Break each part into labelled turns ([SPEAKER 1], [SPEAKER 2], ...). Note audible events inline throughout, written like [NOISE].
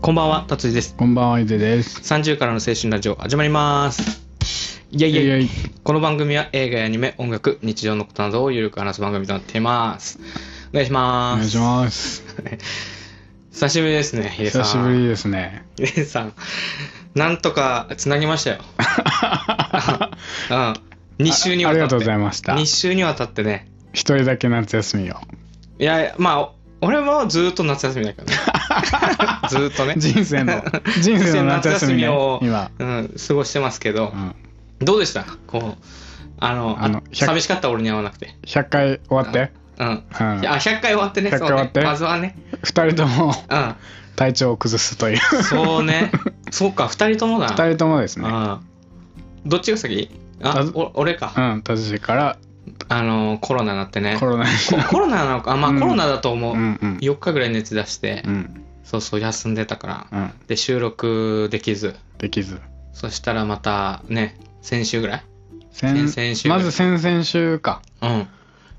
[SPEAKER 1] こんばんは、達治です。
[SPEAKER 2] こんばんは、伊勢です。
[SPEAKER 1] 30からの青春ラジオ、始まります。いやいやいや
[SPEAKER 2] いやいや
[SPEAKER 1] この番組は映画やアニメ、音楽、日常のことなどをゆるく話す番組となっています。お願いし
[SPEAKER 2] お
[SPEAKER 1] ます。
[SPEAKER 2] 願いします。
[SPEAKER 1] 久しぶりですね、ヒデさん。
[SPEAKER 2] 久しぶりですね。
[SPEAKER 1] ヒデさん、なんとか繋ぎましたよ。うん。2週にわたって。
[SPEAKER 2] あありがとうございました
[SPEAKER 1] 2週にわたってね。
[SPEAKER 2] 一人だけ夏休みを。
[SPEAKER 1] いや、まあ、俺もずっと夏休みだからね。
[SPEAKER 2] [LAUGHS]
[SPEAKER 1] ずーっとね。
[SPEAKER 2] 人
[SPEAKER 1] [LAUGHS]
[SPEAKER 2] 生の、人生の夏休み
[SPEAKER 1] 人生の夏休み
[SPEAKER 2] ね
[SPEAKER 1] を
[SPEAKER 2] 今。
[SPEAKER 1] うん、過ごしてますけど
[SPEAKER 2] う、ん
[SPEAKER 1] どうでしたこう、あの、
[SPEAKER 2] あの
[SPEAKER 1] あ
[SPEAKER 2] 100
[SPEAKER 1] 寂しかった俺に会わなくて。
[SPEAKER 2] 100回終わって、
[SPEAKER 1] うん。あ、
[SPEAKER 2] うん
[SPEAKER 1] 100回終わってね、
[SPEAKER 2] 100
[SPEAKER 1] そう
[SPEAKER 2] 終わ
[SPEAKER 1] ね
[SPEAKER 2] って
[SPEAKER 1] まずはね。
[SPEAKER 2] 二人とも
[SPEAKER 1] う
[SPEAKER 2] 体調を崩すという。
[SPEAKER 1] ん。そう
[SPEAKER 2] [LAUGHS]
[SPEAKER 1] ね。そうか、二人ともだな。
[SPEAKER 2] 二人ともですね。
[SPEAKER 1] うん。どっちが先あ
[SPEAKER 2] あ、
[SPEAKER 1] お俺か。
[SPEAKER 2] うん、達治から
[SPEAKER 1] あの、コロナなってね
[SPEAKER 2] コ。ロナに。
[SPEAKER 1] コロナなのか、あ、まあ
[SPEAKER 2] うん
[SPEAKER 1] コロナだと思う。
[SPEAKER 2] うんうん。
[SPEAKER 1] 4日ぐらい熱出して、
[SPEAKER 2] うん。
[SPEAKER 1] そうそう、休んでたから。
[SPEAKER 2] うん。
[SPEAKER 1] で、収録できず。
[SPEAKER 2] できず。
[SPEAKER 1] そしたらまた、ね、先週ぐらい
[SPEAKER 2] 先
[SPEAKER 1] 先々週
[SPEAKER 2] まず先々週か。
[SPEAKER 1] うん。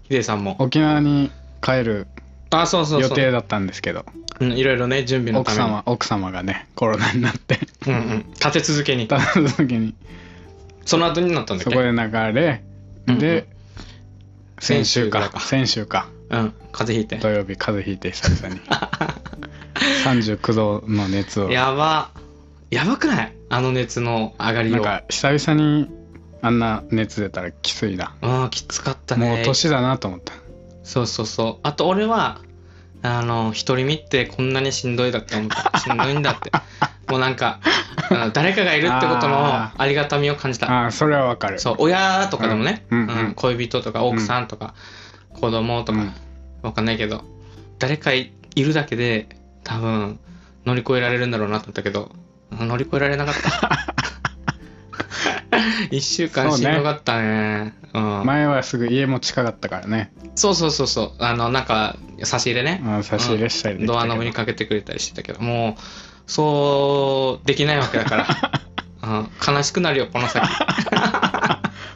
[SPEAKER 1] ヒデさんも。
[SPEAKER 2] 沖縄に帰る
[SPEAKER 1] あ、そうそう
[SPEAKER 2] 予
[SPEAKER 1] そう。
[SPEAKER 2] 定だったんですけど、
[SPEAKER 1] うん、いろいろね、準備の
[SPEAKER 2] 奥
[SPEAKER 1] ために。
[SPEAKER 2] 様、奥様がね、コロナになって、 [LAUGHS]
[SPEAKER 1] うんうん。立て続けに。
[SPEAKER 2] た時に。
[SPEAKER 1] その後になったんだっ
[SPEAKER 2] そ
[SPEAKER 1] け
[SPEAKER 2] こで流れ、
[SPEAKER 1] うん
[SPEAKER 2] で先週
[SPEAKER 1] 先週
[SPEAKER 2] か
[SPEAKER 1] か
[SPEAKER 2] 先週か
[SPEAKER 1] うん。風邪ひいて
[SPEAKER 2] 土。曜日風邪ひいて久
[SPEAKER 1] [LAUGHS]
[SPEAKER 2] 々に39度の熱を
[SPEAKER 1] やば。やばくないあの熱の上がり
[SPEAKER 2] な
[SPEAKER 1] よ
[SPEAKER 2] ん
[SPEAKER 1] う。
[SPEAKER 2] か久々にあんな熱出たらきついな、
[SPEAKER 1] うん、きつかったね。
[SPEAKER 2] もう年だなと思った
[SPEAKER 1] そうそうそう。あと俺は、あの、独り身ってこんなにしんどいだって思
[SPEAKER 2] [LAUGHS]
[SPEAKER 1] った。しんどいんだって。もうなんか、うん誰かがいるってこと
[SPEAKER 2] あ
[SPEAKER 1] のありがたみを感じた。
[SPEAKER 2] ああーそれはわかる
[SPEAKER 1] そう、親とかでもね、
[SPEAKER 2] うんうんうん
[SPEAKER 1] 恋人とか奥さんとか、子供と
[SPEAKER 2] う
[SPEAKER 1] か、
[SPEAKER 2] ん
[SPEAKER 1] わかんないけど、誰かいいるだけで、多分、乗り越えられるんだろうなと思ったけど、うん乗り越えられなか
[SPEAKER 2] [LAUGHS]
[SPEAKER 1] った。一週間
[SPEAKER 2] そう
[SPEAKER 1] しん
[SPEAKER 2] ね
[SPEAKER 1] どかったね。うん。
[SPEAKER 2] 前はすぐ家も近かったからね、
[SPEAKER 1] そうそうそうそう。あの、なんか、差し入れね。
[SPEAKER 2] うん、差し入れしたりでき
[SPEAKER 1] ド
[SPEAKER 2] た
[SPEAKER 1] ア
[SPEAKER 2] けど、
[SPEAKER 1] ノブにかけてくれたりしてたけど、もう、そう、できないわけだ
[SPEAKER 2] [LAUGHS]
[SPEAKER 1] から。うん、悲しくなるよ、この先。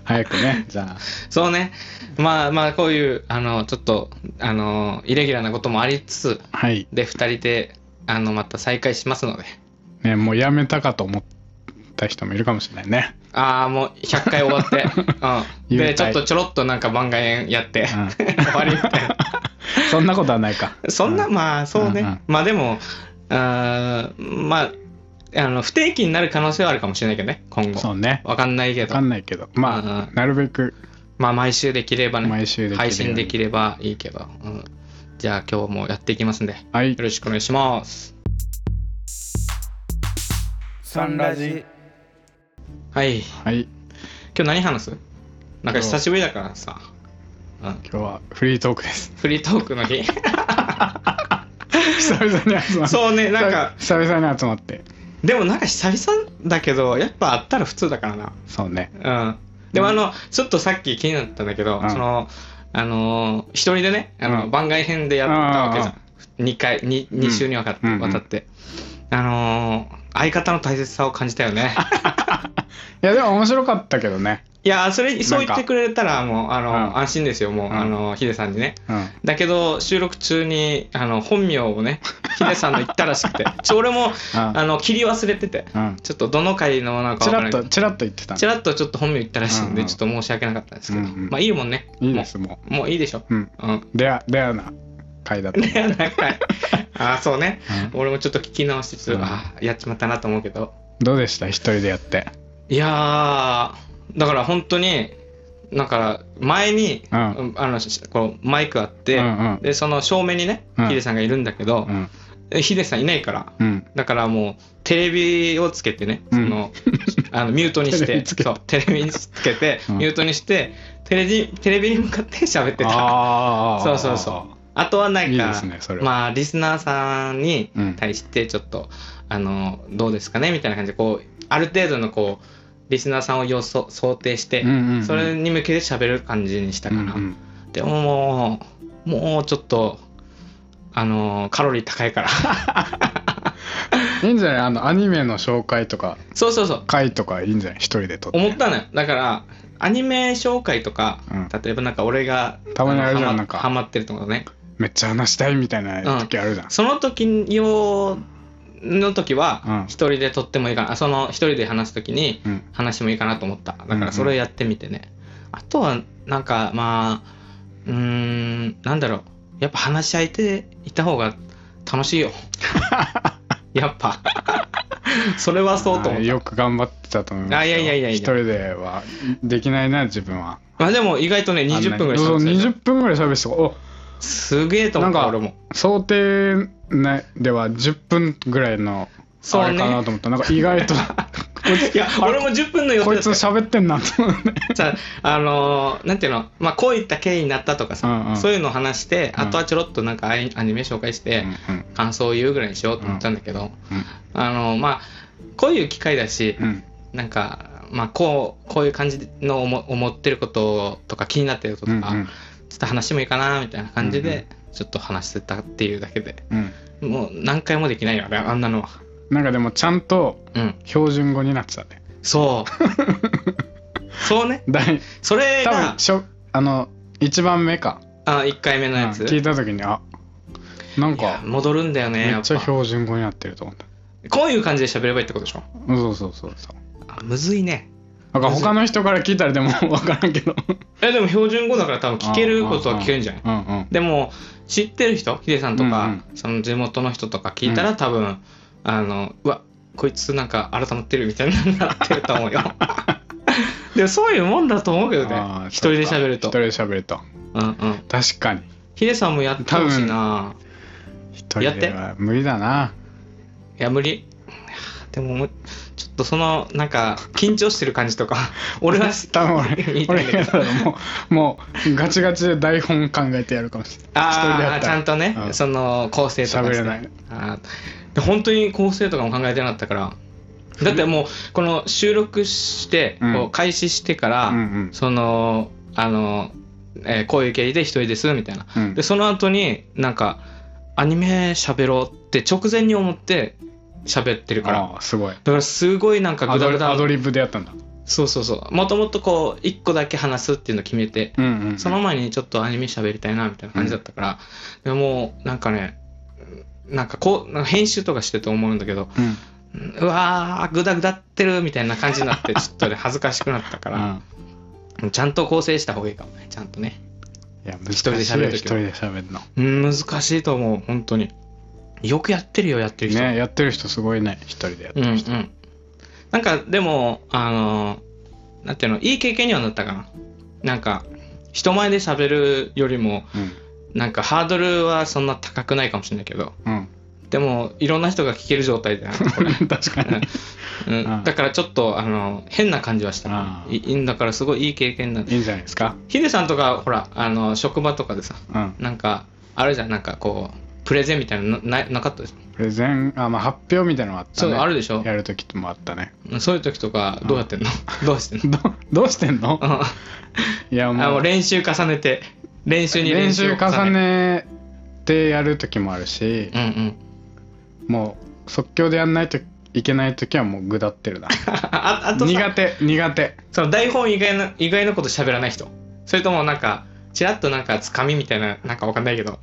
[SPEAKER 2] 早くね
[SPEAKER 1] [LAUGHS]
[SPEAKER 2] じゃあ
[SPEAKER 1] そうね。まあまあ、こういう、あの、ちょっと、あの、イレギュラーなこともありつつ、
[SPEAKER 2] はい
[SPEAKER 1] で、二人で、あの、また再会しますので。
[SPEAKER 2] ねもうやめたかと思った人もいるかもしれないね、
[SPEAKER 1] ああ、もう100回終わ
[SPEAKER 2] [LAUGHS]
[SPEAKER 1] って。うん。
[SPEAKER 2] 言
[SPEAKER 1] で、
[SPEAKER 2] い
[SPEAKER 1] ちょ
[SPEAKER 2] た
[SPEAKER 1] っ
[SPEAKER 2] い
[SPEAKER 1] とちょろっとなんか番外編やって、
[SPEAKER 2] う
[SPEAKER 1] [LAUGHS] 終わりみたいな。
[SPEAKER 2] ん、そんなことはないか
[SPEAKER 1] そんな、まあ、そうね。
[SPEAKER 2] うんうん
[SPEAKER 1] まあでも、あーまあ、あの、不定期になる可能性はあるかもしれないけどね、今
[SPEAKER 2] そ
[SPEAKER 1] 後。
[SPEAKER 2] うね
[SPEAKER 1] わかんないけ
[SPEAKER 2] わ
[SPEAKER 1] ど
[SPEAKER 2] か。んないけどま
[SPEAKER 1] うん
[SPEAKER 2] あなるべく
[SPEAKER 1] まあ、毎週できればね。
[SPEAKER 2] 毎週できるように
[SPEAKER 1] 配信できればいいけど。うん。じゃあ、今日もやっていきますんで。よ
[SPEAKER 2] はい
[SPEAKER 1] ろしくお願いします。
[SPEAKER 2] サンラジ
[SPEAKER 1] はい。今
[SPEAKER 2] はい
[SPEAKER 1] 日何話すなんか久しぶりだからさ。うん。
[SPEAKER 2] 今日はフリートークです
[SPEAKER 1] [LAUGHS] フリートークの日。
[SPEAKER 2] 久々に集まって
[SPEAKER 1] そうね、なんか、
[SPEAKER 2] 久々に集まって
[SPEAKER 1] でもなんか久々だけど、やっぱあったら普通だからな。
[SPEAKER 2] そうね
[SPEAKER 1] うんでもあの、ちょっとさっき気になったんだけど、
[SPEAKER 2] うん
[SPEAKER 1] そのあのー一人でねあの、
[SPEAKER 2] うん
[SPEAKER 1] 番外編でやったわけじゃ
[SPEAKER 2] あ
[SPEAKER 1] ん2回 2, 二週にわたって,、
[SPEAKER 2] うんうん
[SPEAKER 1] わたってあのー相方の大切さを感じたよね
[SPEAKER 2] いやでも面白かったけどね
[SPEAKER 1] [LAUGHS] いやそれそう言ってくれたらもうあの、
[SPEAKER 2] うん
[SPEAKER 1] 安心ですよもう、
[SPEAKER 2] うん
[SPEAKER 1] あのヒデさんにね
[SPEAKER 2] うん
[SPEAKER 1] だけど収録中にあの本名をねヒデさんの言ったらし [LAUGHS] くてちょ俺もあの切り忘れてて
[SPEAKER 2] うん
[SPEAKER 1] ちょっとどの回のなのか
[SPEAKER 2] チ
[SPEAKER 1] 分からな
[SPEAKER 2] ラッ
[SPEAKER 1] いけ
[SPEAKER 2] と
[SPEAKER 1] ど
[SPEAKER 2] チラッと言ってた
[SPEAKER 1] ちらっとちょっと本名言ったらしいんで、
[SPEAKER 2] うんうん
[SPEAKER 1] ちょっと申し訳なかったんですけど、
[SPEAKER 2] うんうん
[SPEAKER 1] まあいいもんね
[SPEAKER 2] いいですも
[SPEAKER 1] もういいでしょ。
[SPEAKER 2] ううん
[SPEAKER 1] うん。 [LAUGHS]
[SPEAKER 2] レアレアな回だった
[SPEAKER 1] レアな回。ああ、そうね、
[SPEAKER 2] うん
[SPEAKER 1] 俺もちょっと聞き直しつつ、
[SPEAKER 2] うん
[SPEAKER 1] ああ、やっちまったなと思うけど。
[SPEAKER 2] どうでした一人でやって
[SPEAKER 1] いやー、だから本当に、なんか前に、
[SPEAKER 2] うん
[SPEAKER 1] うんあのしこうマイクあって、
[SPEAKER 2] うんうん
[SPEAKER 1] でその正面にね、
[SPEAKER 2] うん
[SPEAKER 1] ヒデさんがいるんだけど
[SPEAKER 2] う、ん
[SPEAKER 1] えヒデさんいないから、
[SPEAKER 2] うん
[SPEAKER 1] だからもうテレビをつけてね、
[SPEAKER 2] うん
[SPEAKER 1] そのあ
[SPEAKER 2] [LAUGHS]
[SPEAKER 1] のミュートにして
[SPEAKER 2] テレビつけて
[SPEAKER 1] そうテレビにつけて、
[SPEAKER 2] うん
[SPEAKER 1] ミュートにしてテレビテレビに向かって喋ってた。
[SPEAKER 2] あー
[SPEAKER 1] そうそうそう。あとはなんか、
[SPEAKER 2] いいですねそれは
[SPEAKER 1] まあ、リスナーさんに
[SPEAKER 2] うん
[SPEAKER 1] 対して、ちょっと、あの、どうですかねみたいな感じで、こう、ある程度の、こう、リスナーさんを予想想定して、
[SPEAKER 2] うんうんうん
[SPEAKER 1] それに向けて喋る感じにした
[SPEAKER 2] う
[SPEAKER 1] か
[SPEAKER 2] んう
[SPEAKER 1] な。
[SPEAKER 2] ん
[SPEAKER 1] でももう、もうちょっと、あの、カロリー高いから。
[SPEAKER 2] [LAUGHS] いいんじゃないあのアニメの紹介とか
[SPEAKER 1] そうそうそう。
[SPEAKER 2] 回とかいいんじゃない一人で撮って
[SPEAKER 1] 思ったのよ。だから、アニメ紹介とか、
[SPEAKER 2] うん
[SPEAKER 1] 例えばなんか俺が、
[SPEAKER 2] たまにあるじゃん
[SPEAKER 1] の
[SPEAKER 2] なんか
[SPEAKER 1] ハマハマってるところね。
[SPEAKER 2] めっちゃ話したいみたいな時あるじゃん
[SPEAKER 1] その時用の時
[SPEAKER 2] うん
[SPEAKER 1] は一人で撮ってもいいかな、あその一人で話す時に
[SPEAKER 2] うん
[SPEAKER 1] 話してもいいかなと思っただ
[SPEAKER 2] うん
[SPEAKER 1] か
[SPEAKER 2] うん
[SPEAKER 1] らそれをやってみてね、あとはなんかまあうーんなんだろうやっぱ話し相手いた方が楽しい
[SPEAKER 2] [LAUGHS]
[SPEAKER 1] よやっぱそれはそうと思っ
[SPEAKER 2] はい
[SPEAKER 1] た
[SPEAKER 2] よく頑張ってたと思いますよ
[SPEAKER 1] あいやいやいやいや
[SPEAKER 2] 一人ではできないな自分は
[SPEAKER 1] まあでも意外とね20分ぐらい
[SPEAKER 2] そ
[SPEAKER 1] 喋
[SPEAKER 2] う
[SPEAKER 1] ってた
[SPEAKER 2] 20分ぐらい喋ってたお
[SPEAKER 1] すげえと思っ
[SPEAKER 2] な
[SPEAKER 1] た
[SPEAKER 2] んか
[SPEAKER 1] 俺も
[SPEAKER 2] 想定内では10分ぐらいの
[SPEAKER 1] そう
[SPEAKER 2] あ
[SPEAKER 1] ね
[SPEAKER 2] れかなと思った、なんか意外とこい
[SPEAKER 1] [LAUGHS] い
[SPEAKER 2] つ
[SPEAKER 1] や俺も10分の予
[SPEAKER 2] こ
[SPEAKER 1] 定
[SPEAKER 2] い
[SPEAKER 1] だっ
[SPEAKER 2] つ
[SPEAKER 1] たよ
[SPEAKER 2] 喋ってんなと思って
[SPEAKER 1] じゃあ、あのーなんていうの、まあ、こういった経緯になったとかさ、
[SPEAKER 2] うんうん
[SPEAKER 1] そういうのを話して、
[SPEAKER 2] うん
[SPEAKER 1] あとはちょろっとなんかアニアニメ紹介して、
[SPEAKER 2] うんうん
[SPEAKER 1] 感想を言うぐらいにしようと思ったんだけど、
[SPEAKER 2] うん
[SPEAKER 1] あのーまあ、こういう機会だし、
[SPEAKER 2] うん
[SPEAKER 1] なんか、まあ、こう、こういう感じの思思ってることとか気になってること
[SPEAKER 2] う
[SPEAKER 1] と
[SPEAKER 2] ん
[SPEAKER 1] か、ちょっと話してもいいかな、みたいな感じで、ちょっと話してたっていうだけで、
[SPEAKER 2] うん
[SPEAKER 1] もう何回もできないよね、あんなのは。
[SPEAKER 2] なんかでもちゃんと
[SPEAKER 1] うん。
[SPEAKER 2] 標準語になってたね
[SPEAKER 1] そう。
[SPEAKER 2] [LAUGHS]
[SPEAKER 1] そうね。
[SPEAKER 2] だい
[SPEAKER 1] それ
[SPEAKER 2] 多分
[SPEAKER 1] が、
[SPEAKER 2] しょあの1番目か、
[SPEAKER 1] あ1回目の
[SPEAKER 2] うん
[SPEAKER 1] やつ。
[SPEAKER 2] 聞いた時にあなん
[SPEAKER 1] いや
[SPEAKER 2] か
[SPEAKER 1] 戻るんだよね
[SPEAKER 2] め
[SPEAKER 1] や
[SPEAKER 2] っ
[SPEAKER 1] っ
[SPEAKER 2] ちゃ
[SPEAKER 1] ぱ
[SPEAKER 2] 標準語になってると思った
[SPEAKER 1] こういう感じで喋ればいいってことでしょ
[SPEAKER 2] うんそうそうそうそう
[SPEAKER 1] あむずいね
[SPEAKER 2] なんか他の人から聞いたらでも [LAUGHS] 分からんけど
[SPEAKER 1] えでも標準語だから多分聞けることは聞けるんじゃない
[SPEAKER 2] うんうん
[SPEAKER 1] でも知ってる人ヒデさんとか、
[SPEAKER 2] うん
[SPEAKER 1] その地元の人とか聞いたら多分、あのうわこいつなんか改まってるみたいになってると思う
[SPEAKER 2] [LAUGHS]
[SPEAKER 1] よでもそういうもんだと思うけど
[SPEAKER 2] あー
[SPEAKER 1] ね一人で喋る
[SPEAKER 2] 一
[SPEAKER 1] と
[SPEAKER 2] 人で喋ると
[SPEAKER 1] うんうん
[SPEAKER 2] 確かに
[SPEAKER 1] ヒデさんもやってほしいな
[SPEAKER 2] 一人では無理だない
[SPEAKER 1] や無理い [SIGHS] やでももうちょっとそのなんか緊張してる感じとか俺は
[SPEAKER 2] 多分 [LAUGHS]
[SPEAKER 1] [LAUGHS]
[SPEAKER 2] 俺
[SPEAKER 1] 言いたい
[SPEAKER 2] 俺
[SPEAKER 1] んだけど
[SPEAKER 2] がもうもうガチガチで台本考えてやるかもしれない一人でや
[SPEAKER 1] あ
[SPEAKER 2] っ
[SPEAKER 1] あち
[SPEAKER 2] た
[SPEAKER 1] ゃ
[SPEAKER 2] ら
[SPEAKER 1] んとね、
[SPEAKER 2] うん
[SPEAKER 1] その構成とかして
[SPEAKER 2] 喋れない
[SPEAKER 1] あーで本当に構成とかも考えてなかったからだってもうこの収録して、
[SPEAKER 2] うん
[SPEAKER 1] こう開始してから、
[SPEAKER 2] うんうん
[SPEAKER 1] そのあの、えーこういう経緯で一人ですみたいな
[SPEAKER 2] うん
[SPEAKER 1] でその後になんかアニメ喋ろうって直前に思って喋ってるから
[SPEAKER 2] ああすごい
[SPEAKER 1] だからすごいなんか
[SPEAKER 2] ア
[SPEAKER 1] グダ
[SPEAKER 2] ド
[SPEAKER 1] グ
[SPEAKER 2] リ
[SPEAKER 1] ダ
[SPEAKER 2] アドリブでやったんだ
[SPEAKER 1] そうそうそうもともとこう一個だけ話すっていうのを決めて
[SPEAKER 2] うんうんうん
[SPEAKER 1] その前にちょっとアニメ喋りたいなみたいな感じだったから、でもなんかねなんかこうなんか編集とかしてと思うんだけど
[SPEAKER 2] うん
[SPEAKER 1] うわーグダグダってるみたいな感じになって
[SPEAKER 2] [LAUGHS]
[SPEAKER 1] ちょっとね恥ずかしくなったか
[SPEAKER 2] う
[SPEAKER 1] ら、
[SPEAKER 2] ん
[SPEAKER 1] ちゃんと構成した方がいいかもねちゃんとね
[SPEAKER 2] いや
[SPEAKER 1] 一人で喋る時は
[SPEAKER 2] 難しいよ一人で喋るの
[SPEAKER 1] うん難しいと思う本当によくやってるよやってる人、
[SPEAKER 2] ねやってる人すごいね一人でやっ
[SPEAKER 1] うん
[SPEAKER 2] て
[SPEAKER 1] う
[SPEAKER 2] る人
[SPEAKER 1] んなんかでもあのなんていうのいい経験にはなったかななんか人前で喋るよりも
[SPEAKER 2] うん
[SPEAKER 1] なんかハードルはそんな高くないかもしれないけど
[SPEAKER 2] うん
[SPEAKER 1] でもいろんな人が聞ける状態だな、
[SPEAKER 2] [LAUGHS] 確かに
[SPEAKER 1] うん
[SPEAKER 2] うん
[SPEAKER 1] だからちょっとあの変な感じはした
[SPEAKER 2] あー
[SPEAKER 1] いいだからすごいいい経験なんで
[SPEAKER 2] いいんじゃないですか
[SPEAKER 1] ヒデさんとかほらあの職場とかでさ
[SPEAKER 2] うん
[SPEAKER 1] なんかあるじゃんなんかこうプレゼンみたいなのななかったです
[SPEAKER 2] プレゼンあまあ発表みたいなのもあった
[SPEAKER 1] そう
[SPEAKER 2] ね
[SPEAKER 1] あるでしょ
[SPEAKER 2] やる時もあったね [LAUGHS]
[SPEAKER 1] そういう時とかどうやってんのどうしてんの
[SPEAKER 2] どどうしてんの
[SPEAKER 1] [LAUGHS] うん
[SPEAKER 2] いや
[SPEAKER 1] あ
[SPEAKER 2] も
[SPEAKER 1] の
[SPEAKER 2] う
[SPEAKER 1] 練習重ねて練習に
[SPEAKER 2] 練
[SPEAKER 1] 練習
[SPEAKER 2] 習
[SPEAKER 1] を重ね
[SPEAKER 2] 重ねてやる時もあるし
[SPEAKER 1] うんうん
[SPEAKER 2] もう即興でやんないといけない時はもうぐだってるな
[SPEAKER 1] [LAUGHS] ああとさ
[SPEAKER 2] 苦手苦手
[SPEAKER 1] その台本以外の以外のこと喋らない人それともなんかちらっとなんかつかみみたいななんかわかんないけど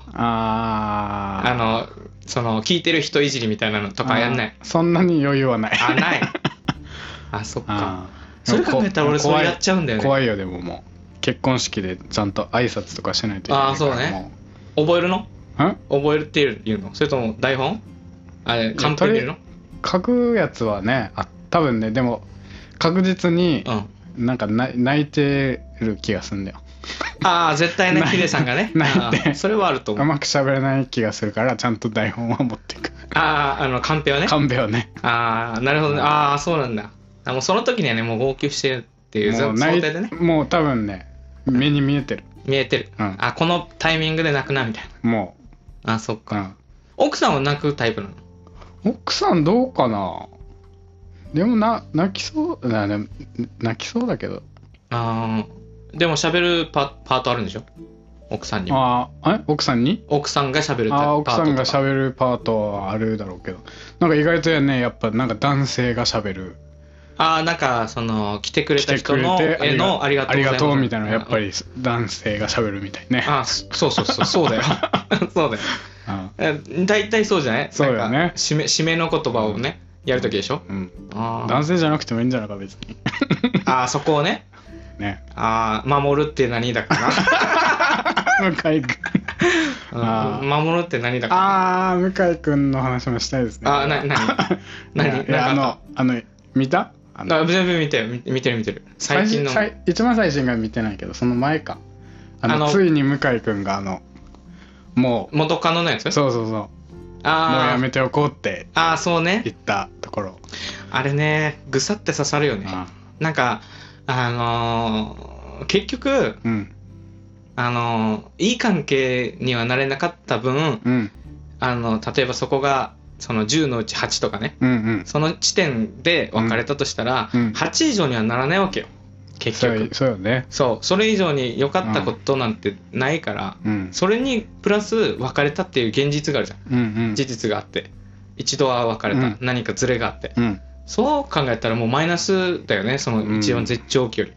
[SPEAKER 2] あー
[SPEAKER 1] あのその聞いてる人いじりみたいなのとかやんない
[SPEAKER 2] あーそんなに余裕はない
[SPEAKER 1] あ
[SPEAKER 2] [LAUGHS]
[SPEAKER 1] ないあそっか
[SPEAKER 2] あー
[SPEAKER 1] それ考えたら俺
[SPEAKER 2] もう
[SPEAKER 1] そ
[SPEAKER 2] 怖
[SPEAKER 1] れ
[SPEAKER 2] い
[SPEAKER 1] やっちゃうんだよね
[SPEAKER 2] 怖いよでももう結婚式でちゃんと挨拶とかしないといけないから
[SPEAKER 1] あーそうね
[SPEAKER 2] も
[SPEAKER 1] 覚えるの
[SPEAKER 2] ううん
[SPEAKER 1] 覚えるっていうのそれとも台本あれカンペ出るの
[SPEAKER 2] 書くやつはねあ多分ねでも確実に
[SPEAKER 1] うん
[SPEAKER 2] なんか泣泣いてる気がするんだよ
[SPEAKER 1] ああ絶対ね
[SPEAKER 2] ない
[SPEAKER 1] ヒデさんがね
[SPEAKER 2] [LAUGHS] ない
[SPEAKER 1] あーそれはあると
[SPEAKER 2] う
[SPEAKER 1] 思う
[SPEAKER 2] まく喋れない気がするからちゃんと台本は持っていく
[SPEAKER 1] あああのカンペはね
[SPEAKER 2] 勘弁はね
[SPEAKER 1] ああなるほどねああそうなんだあもうその時にはねもう号泣してるっていう
[SPEAKER 2] も
[SPEAKER 1] 想
[SPEAKER 2] う泣
[SPEAKER 1] 定
[SPEAKER 2] い
[SPEAKER 1] でね
[SPEAKER 2] もう多分ね目に見えてる
[SPEAKER 1] 見えてる、
[SPEAKER 2] うん
[SPEAKER 1] あこのタイミングで泣くなみたい
[SPEAKER 2] も
[SPEAKER 1] なあそっ
[SPEAKER 2] う、う
[SPEAKER 1] か
[SPEAKER 2] ん、
[SPEAKER 1] 奥さんは泣くタイプなの
[SPEAKER 2] 奥さんどうかなでもな泣きそうなでも泣きそうだけど
[SPEAKER 1] あーでも喋るパパートあるんでしょ奥さんにも
[SPEAKER 2] ああえ奥さんに
[SPEAKER 1] 奥さんが喋るタイ
[SPEAKER 2] あ
[SPEAKER 1] プ
[SPEAKER 2] あ奥さん
[SPEAKER 1] パ
[SPEAKER 2] が
[SPEAKER 1] ートとか
[SPEAKER 2] 喋るパートはあるだろうけどなんか意外とねやっぱなんか男性が喋る
[SPEAKER 1] あーなんかその来てくれ
[SPEAKER 2] 来
[SPEAKER 1] た
[SPEAKER 2] て
[SPEAKER 1] 人
[SPEAKER 2] くれ
[SPEAKER 1] の
[SPEAKER 2] て
[SPEAKER 1] 絵のありがとう
[SPEAKER 2] ありがとう
[SPEAKER 1] ご
[SPEAKER 2] みた
[SPEAKER 1] ざ
[SPEAKER 2] い
[SPEAKER 1] います
[SPEAKER 2] なやっぱり男性が喋るみたいね
[SPEAKER 1] [LAUGHS]
[SPEAKER 2] [LAUGHS]
[SPEAKER 1] あそそうそうそうそうだよそうだよ
[SPEAKER 2] うん
[SPEAKER 1] え大体そうじゃない
[SPEAKER 2] そうよね
[SPEAKER 1] なんか締め締めの言葉をね、やるときでしょ
[SPEAKER 2] うん、
[SPEAKER 1] あー
[SPEAKER 2] 男性じゃなくてもいいんじゃないか別に [LAUGHS]
[SPEAKER 1] あーそこをね
[SPEAKER 2] ね
[SPEAKER 1] あー守るって何だか
[SPEAKER 2] [LAUGHS] 向井君
[SPEAKER 1] な
[SPEAKER 2] あ
[SPEAKER 1] うん守るって何だか
[SPEAKER 2] ああ向井君の話も [LAUGHS] したいですね
[SPEAKER 1] なあーな何何
[SPEAKER 2] いやいやあ
[SPEAKER 1] 何
[SPEAKER 2] のあの見たあの
[SPEAKER 1] あ全部見て見見てる見てる最近の
[SPEAKER 2] 最最一番最新が見てないけどその前かあの
[SPEAKER 1] あの
[SPEAKER 2] ついに向井君があのも
[SPEAKER 1] 元カノのやつ
[SPEAKER 2] うそうそうそうもう
[SPEAKER 1] あ
[SPEAKER 2] や
[SPEAKER 1] ー
[SPEAKER 2] めておこうって
[SPEAKER 1] あーそうね
[SPEAKER 2] 言ったところ、
[SPEAKER 1] あれねぐさって刺さるよねなんかあのー結局
[SPEAKER 2] うん
[SPEAKER 1] あのーいい関係にはなれなかった分
[SPEAKER 2] うん
[SPEAKER 1] あの例えばそこがその10のうち8とかね
[SPEAKER 2] うんうん
[SPEAKER 1] その地点で別れたとしたら、
[SPEAKER 2] うんうん
[SPEAKER 1] 8以上にはならないわけよ結
[SPEAKER 2] そ
[SPEAKER 1] 局
[SPEAKER 2] うそうよね
[SPEAKER 1] そうそれ以上に良かったことなんてないから、
[SPEAKER 2] うん
[SPEAKER 1] それにプラス別れたっていう現実があるじゃん
[SPEAKER 2] うんうん
[SPEAKER 1] 事実があって一度は別れた、
[SPEAKER 2] うん
[SPEAKER 1] 何かズレがあって
[SPEAKER 2] うん
[SPEAKER 1] そう考えたらもうマイナスだよねその一番絶頂期より、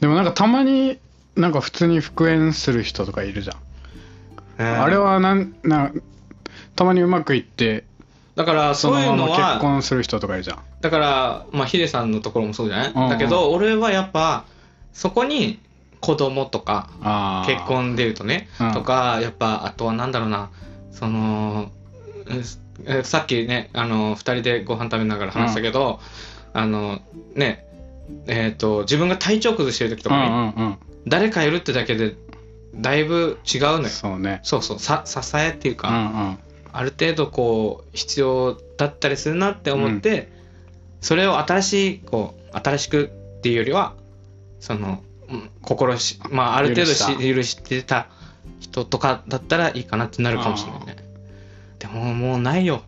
[SPEAKER 2] でもなんかたまになんか普通に復縁する人とかいるじゃん、あれ
[SPEAKER 1] は
[SPEAKER 2] はなんなんたまにうまくいって
[SPEAKER 1] だから
[SPEAKER 2] そ
[SPEAKER 1] そ
[SPEAKER 2] の
[SPEAKER 1] ういう
[SPEAKER 2] ま
[SPEAKER 1] の
[SPEAKER 2] ま
[SPEAKER 1] は
[SPEAKER 2] 結婚する人とかいるじゃん
[SPEAKER 1] だからまあヒデさんのところもそうじゃない、
[SPEAKER 2] うんうん
[SPEAKER 1] だけど俺はやっぱそこに子供とか
[SPEAKER 2] あー
[SPEAKER 1] 結婚でいうとね、
[SPEAKER 2] うん
[SPEAKER 1] とかやっぱあとはなんだろうなそのうんえさっきねあの2人でご飯食べながら話したけど、あのねえー、と自分が体調崩してる時と
[SPEAKER 2] うん
[SPEAKER 1] か
[SPEAKER 2] う
[SPEAKER 1] ね、
[SPEAKER 2] ん
[SPEAKER 1] 誰かいるってだけでだいぶ違うの
[SPEAKER 2] うん
[SPEAKER 1] よ
[SPEAKER 2] そうね
[SPEAKER 1] そうそうさ支えっていう
[SPEAKER 2] う
[SPEAKER 1] か、
[SPEAKER 2] んうん
[SPEAKER 1] ある程度こう必要だったりするなって思って、それを新しいこう新しくっていうよりはそのうん心しまあある程度し
[SPEAKER 2] 許
[SPEAKER 1] 許してた人とかだったらいいかなってなるかもしれないねでももうないよ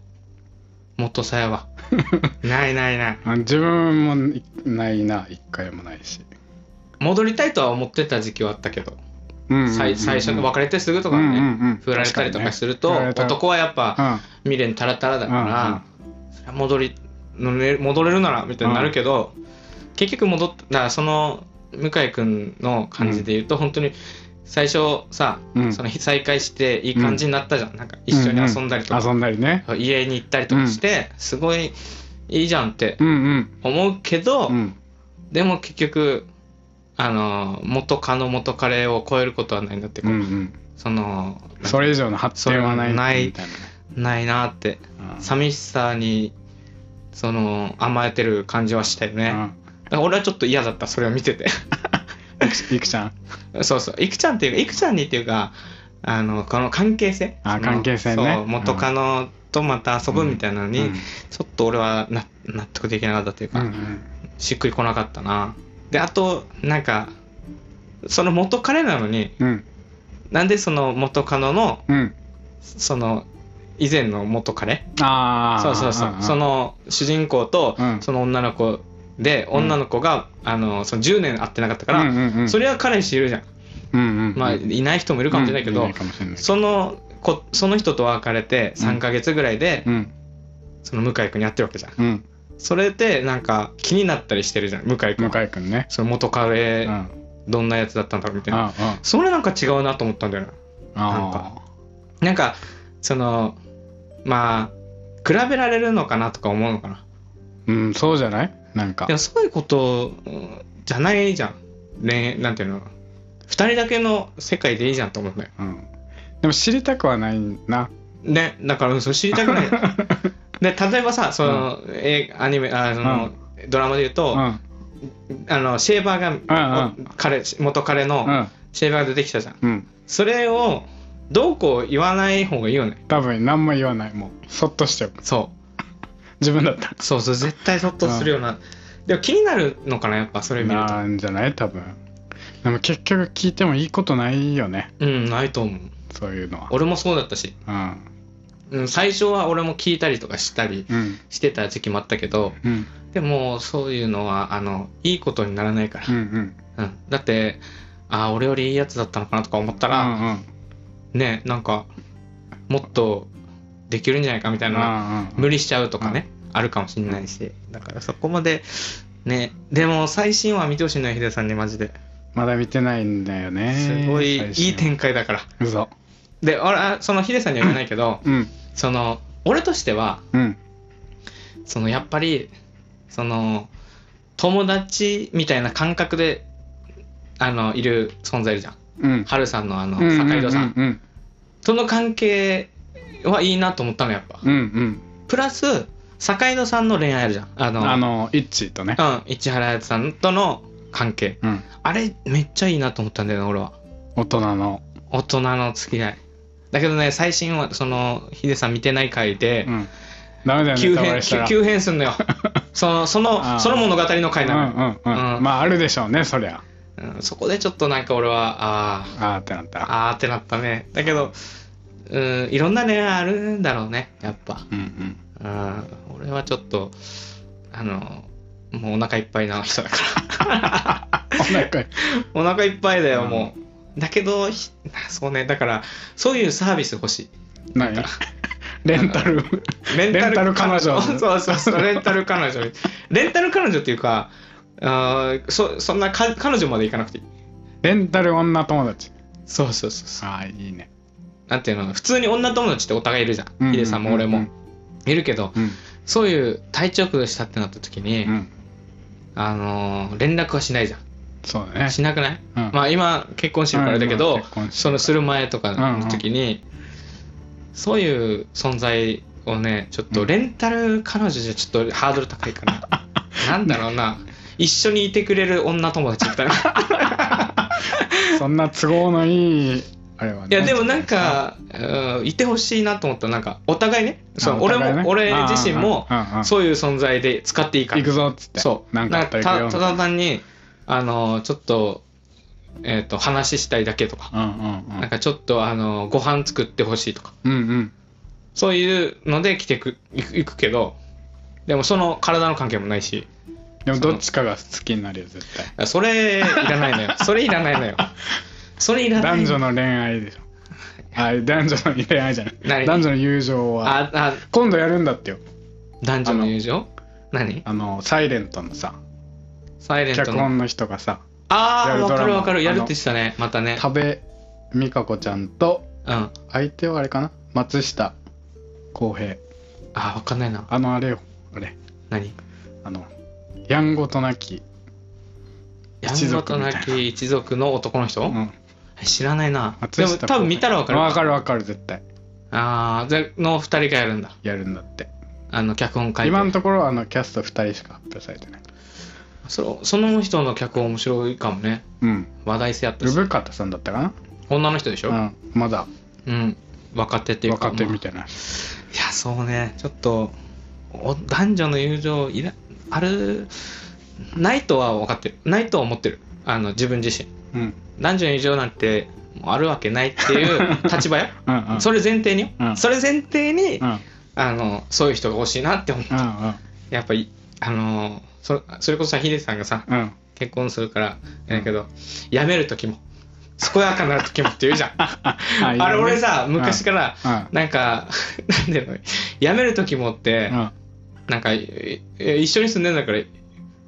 [SPEAKER 1] 元さや
[SPEAKER 2] [LAUGHS]
[SPEAKER 1] はないないない
[SPEAKER 2] あ自分もいないな一回もないし、
[SPEAKER 1] 戻りたいとは思ってた時期はあったけど、
[SPEAKER 2] うんうんうんうん
[SPEAKER 1] 最最初の別れてすぐとかね、
[SPEAKER 2] うんうんうん
[SPEAKER 1] 振られたりとかすると、
[SPEAKER 2] 確かにね振られた
[SPEAKER 1] 男はやっぱ、
[SPEAKER 2] うん
[SPEAKER 1] 未練タラタラだから、それは戻りのれ戻れるならみたいになるけど、結局戻っただからその向井君の感じで言うと、本当に最初さ、
[SPEAKER 2] うん
[SPEAKER 1] その再会していい感じになったじゃん、なんか一緒に遊んだりと
[SPEAKER 2] うんう
[SPEAKER 1] か、
[SPEAKER 2] ん遊んだりね
[SPEAKER 1] 家に行ったりとかして、すごいいいじゃんって
[SPEAKER 2] うんうん
[SPEAKER 1] 思うけど、
[SPEAKER 2] うん
[SPEAKER 1] でも結局あの元カノ元カレを超えることはないんだって、
[SPEAKER 2] うんうん
[SPEAKER 1] その
[SPEAKER 2] それ以上の発展は
[SPEAKER 1] そ
[SPEAKER 2] な
[SPEAKER 1] れ
[SPEAKER 2] い
[SPEAKER 1] はない
[SPEAKER 2] みたい
[SPEAKER 1] ないなって
[SPEAKER 2] なね
[SPEAKER 1] 寂しさにその甘えてる感じはしたよね、
[SPEAKER 2] うん
[SPEAKER 1] だから俺はちょっと嫌だったそれを見て
[SPEAKER 2] [LAUGHS]
[SPEAKER 1] て
[SPEAKER 2] うんいくいくちゃん
[SPEAKER 1] そうそういくちゃんっていうかいくちゃんにっていうかあのこの関係性
[SPEAKER 2] あ
[SPEAKER 1] その
[SPEAKER 2] 関係性ね
[SPEAKER 1] そう元カノとまた遊ぶみたいなのに、
[SPEAKER 2] うんうん
[SPEAKER 1] ちょっと俺はな納得できなかったという
[SPEAKER 2] う
[SPEAKER 1] か、
[SPEAKER 2] んうん
[SPEAKER 1] しっくりこなかったなであとなんかその元彼なのに
[SPEAKER 2] うん
[SPEAKER 1] なんでその元カノの
[SPEAKER 2] うん
[SPEAKER 1] その以前の元彼
[SPEAKER 2] ああ
[SPEAKER 1] そうそうそう、その主人公と
[SPEAKER 2] うん
[SPEAKER 1] その女の子で、
[SPEAKER 2] うん
[SPEAKER 1] 女の子があのその10年会ってなかったか、
[SPEAKER 2] からうんうんうん
[SPEAKER 1] それは彼氏いるじゃん、
[SPEAKER 2] うんうんうん
[SPEAKER 1] まあいない人もいるかもしれないけど、
[SPEAKER 2] うんいかもしれない
[SPEAKER 1] その子その人と別れて3ヶ月ぐらいで、
[SPEAKER 2] うん
[SPEAKER 1] その向井君に会ってるわけじゃん
[SPEAKER 2] うん
[SPEAKER 1] それでなんか気になったりしてるじゃん向井君は
[SPEAKER 2] 向井君ね
[SPEAKER 1] その元カ
[SPEAKER 2] う
[SPEAKER 1] レ
[SPEAKER 2] んうん
[SPEAKER 1] どんなやつだったんだろうみたいな、
[SPEAKER 2] ああ
[SPEAKER 1] それなんか違うなと思ったんだよななん
[SPEAKER 2] あ
[SPEAKER 1] かなんかそのまあ比べられるのかなとか思うのかな
[SPEAKER 2] うんそうじゃないなんか
[SPEAKER 1] でもそういうことうんじゃないじゃん。ね、なんていうの二人だけの世界でいいじゃんと思うんだよ。
[SPEAKER 2] うんでも知りたくはないな
[SPEAKER 1] ね、だからそれ知りたくない。で、例えばさ、その、えアニメ、あその、ドラマで言う
[SPEAKER 2] う
[SPEAKER 1] と、
[SPEAKER 2] んうん
[SPEAKER 1] あのシェーバーが、
[SPEAKER 2] ん
[SPEAKER 1] お彼元彼のシェーバーが出てきたじゃん。
[SPEAKER 2] うん
[SPEAKER 1] それをどうこう言わない方がいいよね。
[SPEAKER 2] 多分何も言わないもうそっとしておく
[SPEAKER 1] そ
[SPEAKER 2] 自分だった
[SPEAKER 1] う。そうそう、絶対そっとするような。でも気になるのかな、やっぱそれ見ると。
[SPEAKER 2] なんじゃない多分でも結局聞いてもいいことないよね
[SPEAKER 1] うん、ないと思う。
[SPEAKER 2] そういうのは
[SPEAKER 1] 俺もそうだったし。うん、最初は俺も聞いたりとかしたり
[SPEAKER 2] うんうん
[SPEAKER 1] してた時期もあったけど
[SPEAKER 2] うん
[SPEAKER 1] でもそういうのはあのいいことにならないか
[SPEAKER 2] う
[SPEAKER 1] ら、
[SPEAKER 2] んうん
[SPEAKER 1] うんだってああ俺よりいいやつだったのかなとか思った
[SPEAKER 2] う
[SPEAKER 1] ら、
[SPEAKER 2] んうん
[SPEAKER 1] ねなんかもっとできるんじゃないかみたいな、
[SPEAKER 2] うん
[SPEAKER 1] 無理しちゃうとかね、あるかもしれないしだからそこまでねでも最新話見てほしいのよヒデさんにマジで
[SPEAKER 2] まだ見てないんだよね
[SPEAKER 1] すごいいい展
[SPEAKER 2] 点
[SPEAKER 1] 開だから
[SPEAKER 2] 嘘
[SPEAKER 1] で俺はそのヒデさんには言わないけど
[SPEAKER 2] うん
[SPEAKER 1] その俺としては
[SPEAKER 2] うん
[SPEAKER 1] そのやっぱりその友達みたいな感覚であのいる存在いるじゃん
[SPEAKER 2] うん
[SPEAKER 1] ハルさんのあの
[SPEAKER 2] うん
[SPEAKER 1] 坂井戸さん、
[SPEAKER 2] うん
[SPEAKER 1] との関係はいいなと思ったのやっぱ、
[SPEAKER 2] うんうん
[SPEAKER 1] プラス坂井戸さんの恋愛あるじゃんあ
[SPEAKER 2] う
[SPEAKER 1] の
[SPEAKER 2] んあのイッチーとね
[SPEAKER 1] うん市原さんとの関係
[SPEAKER 2] うん
[SPEAKER 1] あれめっちゃいいなと思ったんだよね俺は
[SPEAKER 2] 大人の
[SPEAKER 1] 大人の付き合いだけどね最新はそのヒデさん見てない回で、
[SPEAKER 2] うんダメだよね
[SPEAKER 1] 急
[SPEAKER 2] ネタバ
[SPEAKER 1] 変
[SPEAKER 2] レした
[SPEAKER 1] 急
[SPEAKER 2] ら
[SPEAKER 1] 急変すんのよそのそ
[SPEAKER 2] [LAUGHS] あ
[SPEAKER 1] の
[SPEAKER 2] ー
[SPEAKER 1] その物語の回なのよ、
[SPEAKER 2] うんうんう
[SPEAKER 1] うんん
[SPEAKER 2] まああるでしょうねそりゃ
[SPEAKER 1] うんそこでちょっとなんか俺はあー
[SPEAKER 2] あーってなった
[SPEAKER 1] あーってなったねだけどうんいろんな恋愛あるんだろうねやっぱ
[SPEAKER 2] うん
[SPEAKER 1] う
[SPEAKER 2] うん
[SPEAKER 1] ん俺はちょっとあのもうお腹いっぱいな人だか
[SPEAKER 2] お
[SPEAKER 1] ら
[SPEAKER 2] 腹
[SPEAKER 1] [LAUGHS] お腹いっぱいだよ
[SPEAKER 2] うん
[SPEAKER 1] もうだけどひそうねだからそういうサービス欲し
[SPEAKER 2] 何レンタル
[SPEAKER 1] い [LAUGHS] レ
[SPEAKER 2] レンタル彼女
[SPEAKER 1] そうそうそうレンタル彼女レンタル彼女っていうかあーそそんなか彼女まで行かなくていい
[SPEAKER 2] レンタル女友達
[SPEAKER 1] そうそうそうそう
[SPEAKER 2] ああいいね
[SPEAKER 1] なんていうの普通に女友達ってお互いいるじゃ
[SPEAKER 2] うん
[SPEAKER 1] んヒデさんも俺もいるけど
[SPEAKER 2] うん
[SPEAKER 1] そういう体調崩したってなった時に、
[SPEAKER 2] うん
[SPEAKER 1] あのー連絡はしないじゃ
[SPEAKER 2] そうだね
[SPEAKER 1] んしなくない、
[SPEAKER 2] うん
[SPEAKER 1] まあ今結婚してるからだけど、
[SPEAKER 2] うんまあ結婚して
[SPEAKER 1] そ
[SPEAKER 2] るから
[SPEAKER 1] のする前とかの時に、そういう存在をねちょっとレンタル彼女じゃちょっとハードル高いかななんだろう
[SPEAKER 2] [LAUGHS]
[SPEAKER 1] な一緒にいてくれる女友達みたいない
[SPEAKER 2] そんな都合のいいあれはね
[SPEAKER 1] やでもなんか、うんいてほしいなと思ったなんかお互いねそ
[SPEAKER 2] あ
[SPEAKER 1] う
[SPEAKER 2] お
[SPEAKER 1] 俺
[SPEAKER 2] 互いね
[SPEAKER 1] も俺
[SPEAKER 2] ああ
[SPEAKER 1] 自身も
[SPEAKER 2] ああああ
[SPEAKER 1] そういう存在で使っていいから
[SPEAKER 2] 行くぞっつって
[SPEAKER 1] そう。
[SPEAKER 2] なんかあったら行
[SPEAKER 1] た
[SPEAKER 2] く
[SPEAKER 1] た
[SPEAKER 2] よ
[SPEAKER 1] だ単に、あの、ちょっと、えっ、と、話したいだけとか、
[SPEAKER 2] うんうんうん
[SPEAKER 1] なんかちょっと、あの、ご飯作ってほしいとか、
[SPEAKER 2] うんうん
[SPEAKER 1] そういうので来てく、行く行くけど、でもその体の関係もないし、
[SPEAKER 2] でもどっちかが好きになるよ絶対
[SPEAKER 1] それいらないの
[SPEAKER 2] [LAUGHS]
[SPEAKER 1] よ。それいらないのよ。それいらない。
[SPEAKER 2] 男女の恋愛
[SPEAKER 1] [LAUGHS]
[SPEAKER 2] でしょあ男女の恋愛じゃな
[SPEAKER 1] 何
[SPEAKER 2] い男女の友情は
[SPEAKER 1] あ、あ、
[SPEAKER 2] 今度やるんだってよ
[SPEAKER 1] 男女の友情何
[SPEAKER 2] あの「サイレントのさ
[SPEAKER 1] サイレント
[SPEAKER 2] 脚
[SPEAKER 1] の。
[SPEAKER 2] 本の人がさや
[SPEAKER 1] ああ、
[SPEAKER 2] るド
[SPEAKER 1] わ
[SPEAKER 2] ラマ
[SPEAKER 1] かるわか
[SPEAKER 2] あ
[SPEAKER 1] る。
[SPEAKER 2] の
[SPEAKER 1] やるって言ってたね。またね。
[SPEAKER 2] 多部未華子ちゃんと
[SPEAKER 1] うん。あ
[SPEAKER 2] 相手はあれかな松下洸平
[SPEAKER 1] あー、わかんないな。
[SPEAKER 2] あのあれよあれ
[SPEAKER 1] 何
[SPEAKER 2] あのやんごとなき、
[SPEAKER 1] や
[SPEAKER 2] 一
[SPEAKER 1] んご
[SPEAKER 2] 族
[SPEAKER 1] と
[SPEAKER 2] みたいな
[SPEAKER 1] なき一族の男の人、
[SPEAKER 2] うん、
[SPEAKER 1] 知らないな。で
[SPEAKER 2] 松下
[SPEAKER 1] も
[SPEAKER 2] 洸平
[SPEAKER 1] 多分見たらわかる。
[SPEAKER 2] わかるわかる絶対
[SPEAKER 1] ああ、での二人がやるんだ。
[SPEAKER 2] やるんだって
[SPEAKER 1] あの、脚本書いて。
[SPEAKER 2] 今のところあのキャスト2人しか発表されてない
[SPEAKER 1] そその人の脚本面白いかもね。
[SPEAKER 2] うん
[SPEAKER 1] 話題性あったし。
[SPEAKER 2] 産方さんだったか
[SPEAKER 1] 女の人でしょ、
[SPEAKER 2] な、うん、まだ
[SPEAKER 1] うん、若手っていうか。
[SPEAKER 2] 若手
[SPEAKER 1] まあ
[SPEAKER 2] みたいな、
[SPEAKER 1] いや、そうね。ちょっと、お男女の友情いら、ある、ないとは分かってる。ないとは思ってる。あの、自分自身。
[SPEAKER 2] うん、
[SPEAKER 1] 男女の友情なんて、もうあるわけないって
[SPEAKER 2] [LAUGHS]
[SPEAKER 1] いう立場よ。
[SPEAKER 2] うんうん
[SPEAKER 1] それ前提によ、
[SPEAKER 2] うん
[SPEAKER 1] それ前提に、
[SPEAKER 2] うんうん
[SPEAKER 1] あの、そういう人が欲しいなって思う。
[SPEAKER 2] うん
[SPEAKER 1] やっぱり、あのーそ、それこそさ、ヒデさんがさ、
[SPEAKER 2] うん
[SPEAKER 1] 結婚するから、やけど、辞める時も、健やかなる時もって言うじゃん。
[SPEAKER 2] [LAUGHS] あいいよ
[SPEAKER 1] [LAUGHS]
[SPEAKER 2] ね
[SPEAKER 1] あれ、俺さ、昔から、
[SPEAKER 2] ら
[SPEAKER 1] なんか、 [LAUGHS] なんでの、辞める時もって、
[SPEAKER 2] うん
[SPEAKER 1] なんか、ええ一緒に住んでんだから、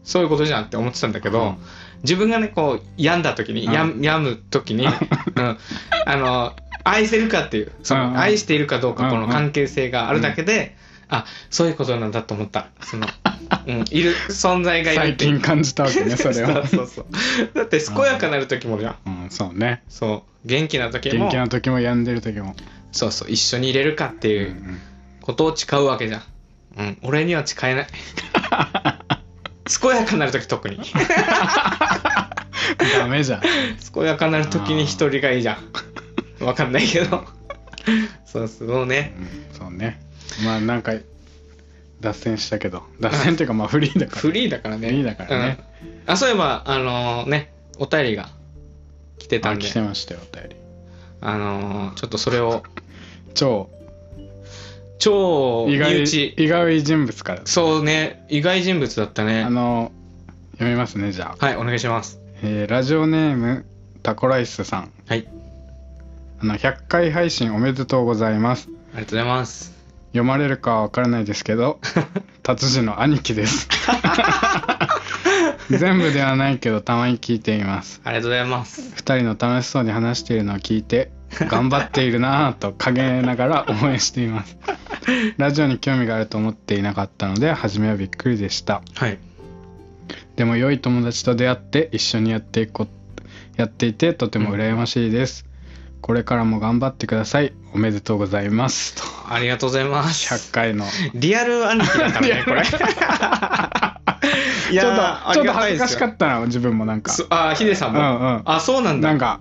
[SPEAKER 1] そういうことじゃんって思ってたんだけど、
[SPEAKER 2] うん
[SPEAKER 1] 自分がね、こう、病んだ時に、
[SPEAKER 2] うん
[SPEAKER 1] やん病む時
[SPEAKER 2] [LAUGHS]
[SPEAKER 1] に、うん、あの、愛せるかっていう、そ
[SPEAKER 2] うんうん
[SPEAKER 1] の、愛しているかどうか、こ
[SPEAKER 2] うんう
[SPEAKER 1] の
[SPEAKER 2] ん
[SPEAKER 1] 関係性があるだけで、あ、そういうことなんだと思った。その、うん、いる、存在がいる
[SPEAKER 2] 最
[SPEAKER 1] っていう
[SPEAKER 2] 近感じたわけねそれを
[SPEAKER 1] う [LAUGHS] そうそう。だって、健やかなる時もじゃん。
[SPEAKER 2] うんそうね
[SPEAKER 1] そう。元気な時
[SPEAKER 2] 元
[SPEAKER 1] も
[SPEAKER 2] 気、な時も病んでる時も、
[SPEAKER 1] そうそう、一緒にいれるかって
[SPEAKER 2] う
[SPEAKER 1] い
[SPEAKER 2] んう
[SPEAKER 1] うんことを誓うわけじゃん。うん、俺には誓えない。健やかになる時特に。
[SPEAKER 2] ダメじゃん
[SPEAKER 1] 健やかなる時に一人がいいじゃん。わかんないけど。そうそうね。
[SPEAKER 2] うんそうねまあなんか脱線したけど脱線っていうかまあフリーだから
[SPEAKER 1] フリーだからね。
[SPEAKER 2] フリーだからね
[SPEAKER 1] うん。あ、そういえば、あのね、お便りが来てた
[SPEAKER 2] あ
[SPEAKER 1] んで
[SPEAKER 2] 来、てましたよお便り
[SPEAKER 1] あのーちょっとそれを、
[SPEAKER 2] 超
[SPEAKER 1] 超
[SPEAKER 2] 意
[SPEAKER 1] 身
[SPEAKER 2] 外
[SPEAKER 1] 内。
[SPEAKER 2] 意外人物から
[SPEAKER 1] そうね、意外人物だった
[SPEAKER 2] あ
[SPEAKER 1] ね。
[SPEAKER 2] の読みますねじゃあ、
[SPEAKER 1] はい、お願いします。
[SPEAKER 2] えーラジオネームタコライスさん
[SPEAKER 1] はい、
[SPEAKER 2] あの100回配信おめでとうございます
[SPEAKER 1] ありがとうございます。
[SPEAKER 2] 読まれるかは分からないですけ
[SPEAKER 1] [LAUGHS]
[SPEAKER 2] ど達人の兄貴です全部ではないけどたまに聞いています
[SPEAKER 1] ありがとうございます。
[SPEAKER 2] 2人の楽しそうに話しているのを聞いて頑張っているなぁと陰ながら応援してい
[SPEAKER 1] [LAUGHS]
[SPEAKER 2] ますラジオに興味があると思っていなかったので初めはびっくりでした
[SPEAKER 1] はい。
[SPEAKER 2] でも良い友達と出会って一緒にやっていこやっていてとても羨ましいです、これからも頑張ってくださいおめでとうございますと
[SPEAKER 1] ありがとうございます。
[SPEAKER 2] 100回の
[SPEAKER 1] リアル兄貴だったね、これ。い
[SPEAKER 2] [LAUGHS] ちょ
[SPEAKER 1] や
[SPEAKER 2] っとちょっと恥ずかしか
[SPEAKER 1] っ
[SPEAKER 2] ったな自分もなんか
[SPEAKER 1] た。あ、ヒデさんも。
[SPEAKER 2] うんうん
[SPEAKER 1] あ、そうなんだ。
[SPEAKER 2] なんか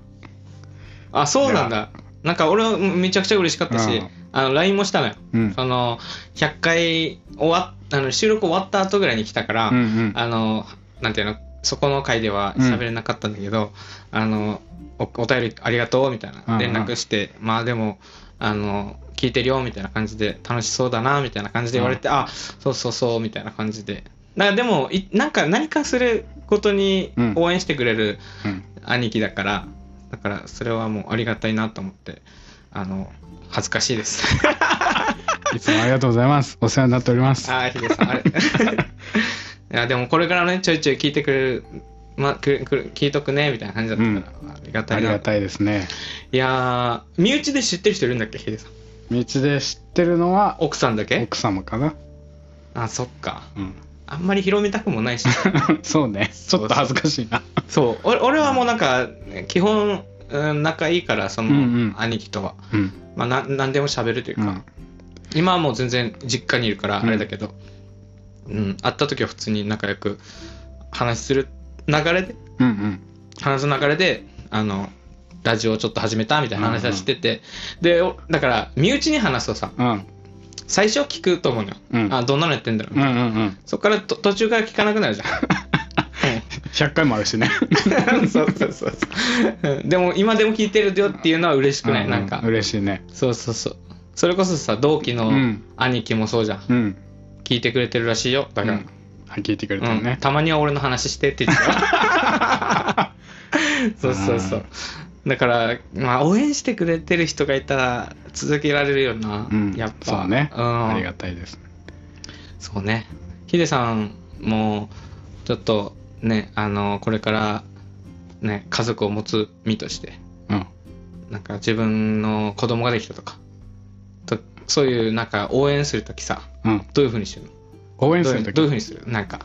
[SPEAKER 1] あ、そうなんだ。なんか俺はめちゃくちゃ嬉しかったし、
[SPEAKER 2] うん
[SPEAKER 1] あの LINE もしたのよ。
[SPEAKER 2] うん
[SPEAKER 1] その100回終わっあの収録終わった後ぐらいに来たから、
[SPEAKER 2] うんうん
[SPEAKER 1] あのなんていうのそこの回では喋れなかったんだけど、あのおお便りありがとうみたい
[SPEAKER 2] うんう
[SPEAKER 1] なん連絡して、まあでもあの聞いてるよみたいな感じで楽しそうだなみたいな感じで言われて、あそうそうそうみたいな感じでだからでもいなんか何かすることに
[SPEAKER 2] うん
[SPEAKER 1] 応援してくれる
[SPEAKER 2] うん
[SPEAKER 1] 兄貴だから、だからそれはもうありがたいなと思ってあの恥ずかしいです。
[SPEAKER 2] いつもありがとうございますお世話になっております
[SPEAKER 1] ああ、ヒデさん、あ [LAUGHS] れ。いや、でもこれからね、ちょいちょい聞いてくれる、ま、くく聞いとくね、みたいな感じだったから、ありがた
[SPEAKER 2] あ
[SPEAKER 1] い
[SPEAKER 2] り
[SPEAKER 1] な。
[SPEAKER 2] がたいですね
[SPEAKER 1] いやー、身内で知ってる人いるんだっけ、ヒデさん。
[SPEAKER 2] 道で知ってるのは
[SPEAKER 1] 奥さんだけ
[SPEAKER 2] 奥様かな、
[SPEAKER 1] あ、そっか。
[SPEAKER 2] うん、
[SPEAKER 1] あんまり広めたくもないし。
[SPEAKER 2] [LAUGHS] そうねちょっと恥ずかしいな
[SPEAKER 1] そう、俺俺はもうなんか、基本、うん仲いいから、その、
[SPEAKER 2] うんうん
[SPEAKER 1] 兄貴とは。
[SPEAKER 2] うん、
[SPEAKER 1] まあ、な何でも喋るという
[SPEAKER 2] う
[SPEAKER 1] か、
[SPEAKER 2] ん、
[SPEAKER 1] 今はもう全然実家にいるから
[SPEAKER 2] うん
[SPEAKER 1] あれだけど、うん会った時は普通に仲良く話する流れで
[SPEAKER 2] うんうん
[SPEAKER 1] 話す流れであのラジオをちょっと始めたみたいな話はしてて、でおだから身内に話すとさ
[SPEAKER 2] うん
[SPEAKER 1] 最初聞くと思うのよ、
[SPEAKER 2] うん
[SPEAKER 1] あどんなのやってんだろう、
[SPEAKER 2] うんうんうん
[SPEAKER 1] そっからと途中から聞かなくなるじゃん
[SPEAKER 2] 100回もあ
[SPEAKER 1] [LAUGHS]
[SPEAKER 2] るしね
[SPEAKER 1] うん [LAUGHS] そうそうそうそううんでも今でも聞いてるよっていうのは嬉しくない、
[SPEAKER 2] うう
[SPEAKER 1] なんか
[SPEAKER 2] 嬉しいね
[SPEAKER 1] そうそうそうそれこそさ同期の
[SPEAKER 2] うん
[SPEAKER 1] 兄貴もそうじゃん、
[SPEAKER 2] うん
[SPEAKER 1] 聞いてくれてるらしいよだから、
[SPEAKER 2] うんはい聞いてくれ
[SPEAKER 1] う
[SPEAKER 2] た
[SPEAKER 1] ん
[SPEAKER 2] よね、
[SPEAKER 1] たまには俺の話してって言
[SPEAKER 2] [LAUGHS]
[SPEAKER 1] ってたそうそうそうだから、まあ、応援してくれてる人がいたら続けられるよな、
[SPEAKER 2] うん
[SPEAKER 1] やっぱ
[SPEAKER 2] そうね、
[SPEAKER 1] うん、
[SPEAKER 2] ありがたいです
[SPEAKER 1] そうねヒデさんもちょっとねあのこれからね家族を持つ身として
[SPEAKER 2] うん
[SPEAKER 1] なんか自分の子供ができたとかとそういうなんか応援する時さ
[SPEAKER 2] うん
[SPEAKER 1] どういうふうにしてるの
[SPEAKER 2] 応援
[SPEAKER 1] ど
[SPEAKER 2] す
[SPEAKER 1] うい
[SPEAKER 2] る
[SPEAKER 1] う
[SPEAKER 2] 時
[SPEAKER 1] どういうふうにするなんか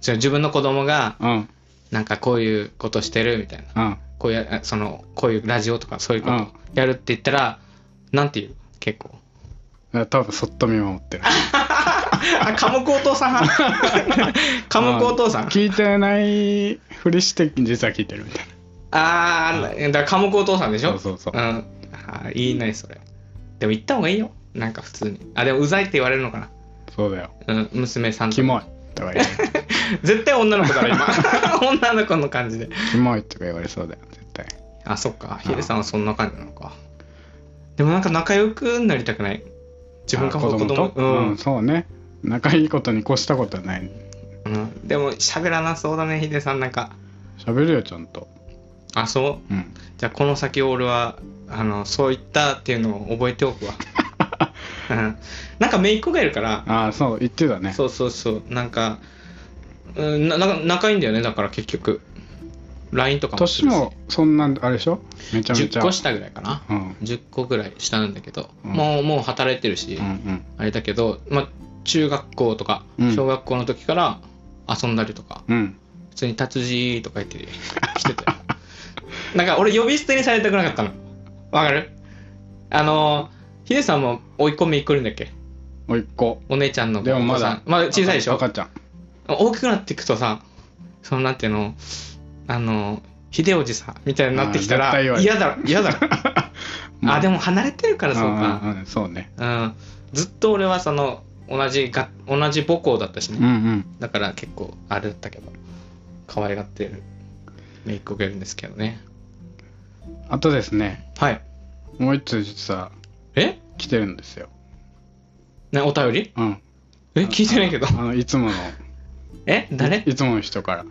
[SPEAKER 1] じゃあ自分の子供が
[SPEAKER 2] うん
[SPEAKER 1] なんかこういうことしてるみたいな
[SPEAKER 2] うん
[SPEAKER 1] こうやそのこういうラジオとかそういうこ
[SPEAKER 2] うん
[SPEAKER 1] とやるって言ったら、なんていう結構
[SPEAKER 2] 多分そっと見守
[SPEAKER 1] [LAUGHS]
[SPEAKER 2] ってる
[SPEAKER 1] あ科目お父さん [LAUGHS] 科目お父さん
[SPEAKER 2] 聞いてないふりして実は聞いてるみたい
[SPEAKER 1] ああだから科目お父さんでしょ、
[SPEAKER 2] そうそうそうん
[SPEAKER 1] あーいいねそれでも言った方がいいよなんか普通にあでもうざいって言われるのか
[SPEAKER 2] なそうだよ
[SPEAKER 1] な、うん、娘さんと
[SPEAKER 2] キモいとか言う
[SPEAKER 1] 絶対女の子だろ
[SPEAKER 2] [LAUGHS]
[SPEAKER 1] 今 [LAUGHS] 女の子の感じで
[SPEAKER 2] キモいとか言われそうだよ絶対
[SPEAKER 1] あそっかヒデさんはそんな感じなのかでもなんか仲良くなりたくない自分か
[SPEAKER 2] あ
[SPEAKER 1] 子供と
[SPEAKER 2] とうん、そうね仲いいことに越したことはない
[SPEAKER 1] うん、でも喋らなそうだねヒデさんなんか
[SPEAKER 2] 喋るよちゃんと
[SPEAKER 1] あそう
[SPEAKER 2] うん [LAUGHS]
[SPEAKER 1] じゃあこの先俺はあのそういったっていうのを覚えておくわ、うん、なんか姪っ子がいるから
[SPEAKER 2] ああそう言ってたね
[SPEAKER 1] そうそうそうなんか、うん、なな仲いいんだよねだから結局 LINE とかもす
[SPEAKER 2] 年
[SPEAKER 1] るし
[SPEAKER 2] もそんなんあれでしょめちゃめちゃ
[SPEAKER 1] 10個下ぐらいかな、
[SPEAKER 2] うん
[SPEAKER 1] 10個ぐらい下なんだけど、
[SPEAKER 2] うん
[SPEAKER 1] もうもう働いてるし、
[SPEAKER 2] うんうん
[SPEAKER 1] あれだけど、まあ、中学校とか
[SPEAKER 2] うん
[SPEAKER 1] 小学校の時から遊んだりとか、
[SPEAKER 2] うん
[SPEAKER 1] 普通に達人とか言ってるしててなんか俺呼び捨てにされたくなかったのわかるあのヒデさんも追い込みっ子いるんだっけ
[SPEAKER 2] もう一個
[SPEAKER 1] お姉ちゃんのお
[SPEAKER 2] でもま
[SPEAKER 1] 子さ
[SPEAKER 2] だ
[SPEAKER 1] んまだ小さいでしょ
[SPEAKER 2] 赤ちゃん
[SPEAKER 1] 大きくなっていくとさそのなんていうのあの秀おじさんみたいになってきたら
[SPEAKER 2] あー絶対言われる
[SPEAKER 1] 嫌だろ嫌だ
[SPEAKER 2] [LAUGHS]
[SPEAKER 1] ろ
[SPEAKER 2] う
[SPEAKER 1] [LAUGHS]
[SPEAKER 2] ん
[SPEAKER 1] あでも離れてるからそう
[SPEAKER 2] うん
[SPEAKER 1] か
[SPEAKER 2] うんうんそうね
[SPEAKER 1] うんずっと俺はその同じが同じ母校だったしね
[SPEAKER 2] うんうん
[SPEAKER 1] だから結構あれだったけど可愛がってる姪っ子がいるんですけどね
[SPEAKER 2] あとですね
[SPEAKER 1] はい
[SPEAKER 2] もう一通実は
[SPEAKER 1] え
[SPEAKER 2] 来てるんですよ
[SPEAKER 1] ねお便り
[SPEAKER 2] うん
[SPEAKER 1] え聞いてないけど [LAUGHS]
[SPEAKER 2] あのいつもの
[SPEAKER 1] え誰
[SPEAKER 2] いつもの人から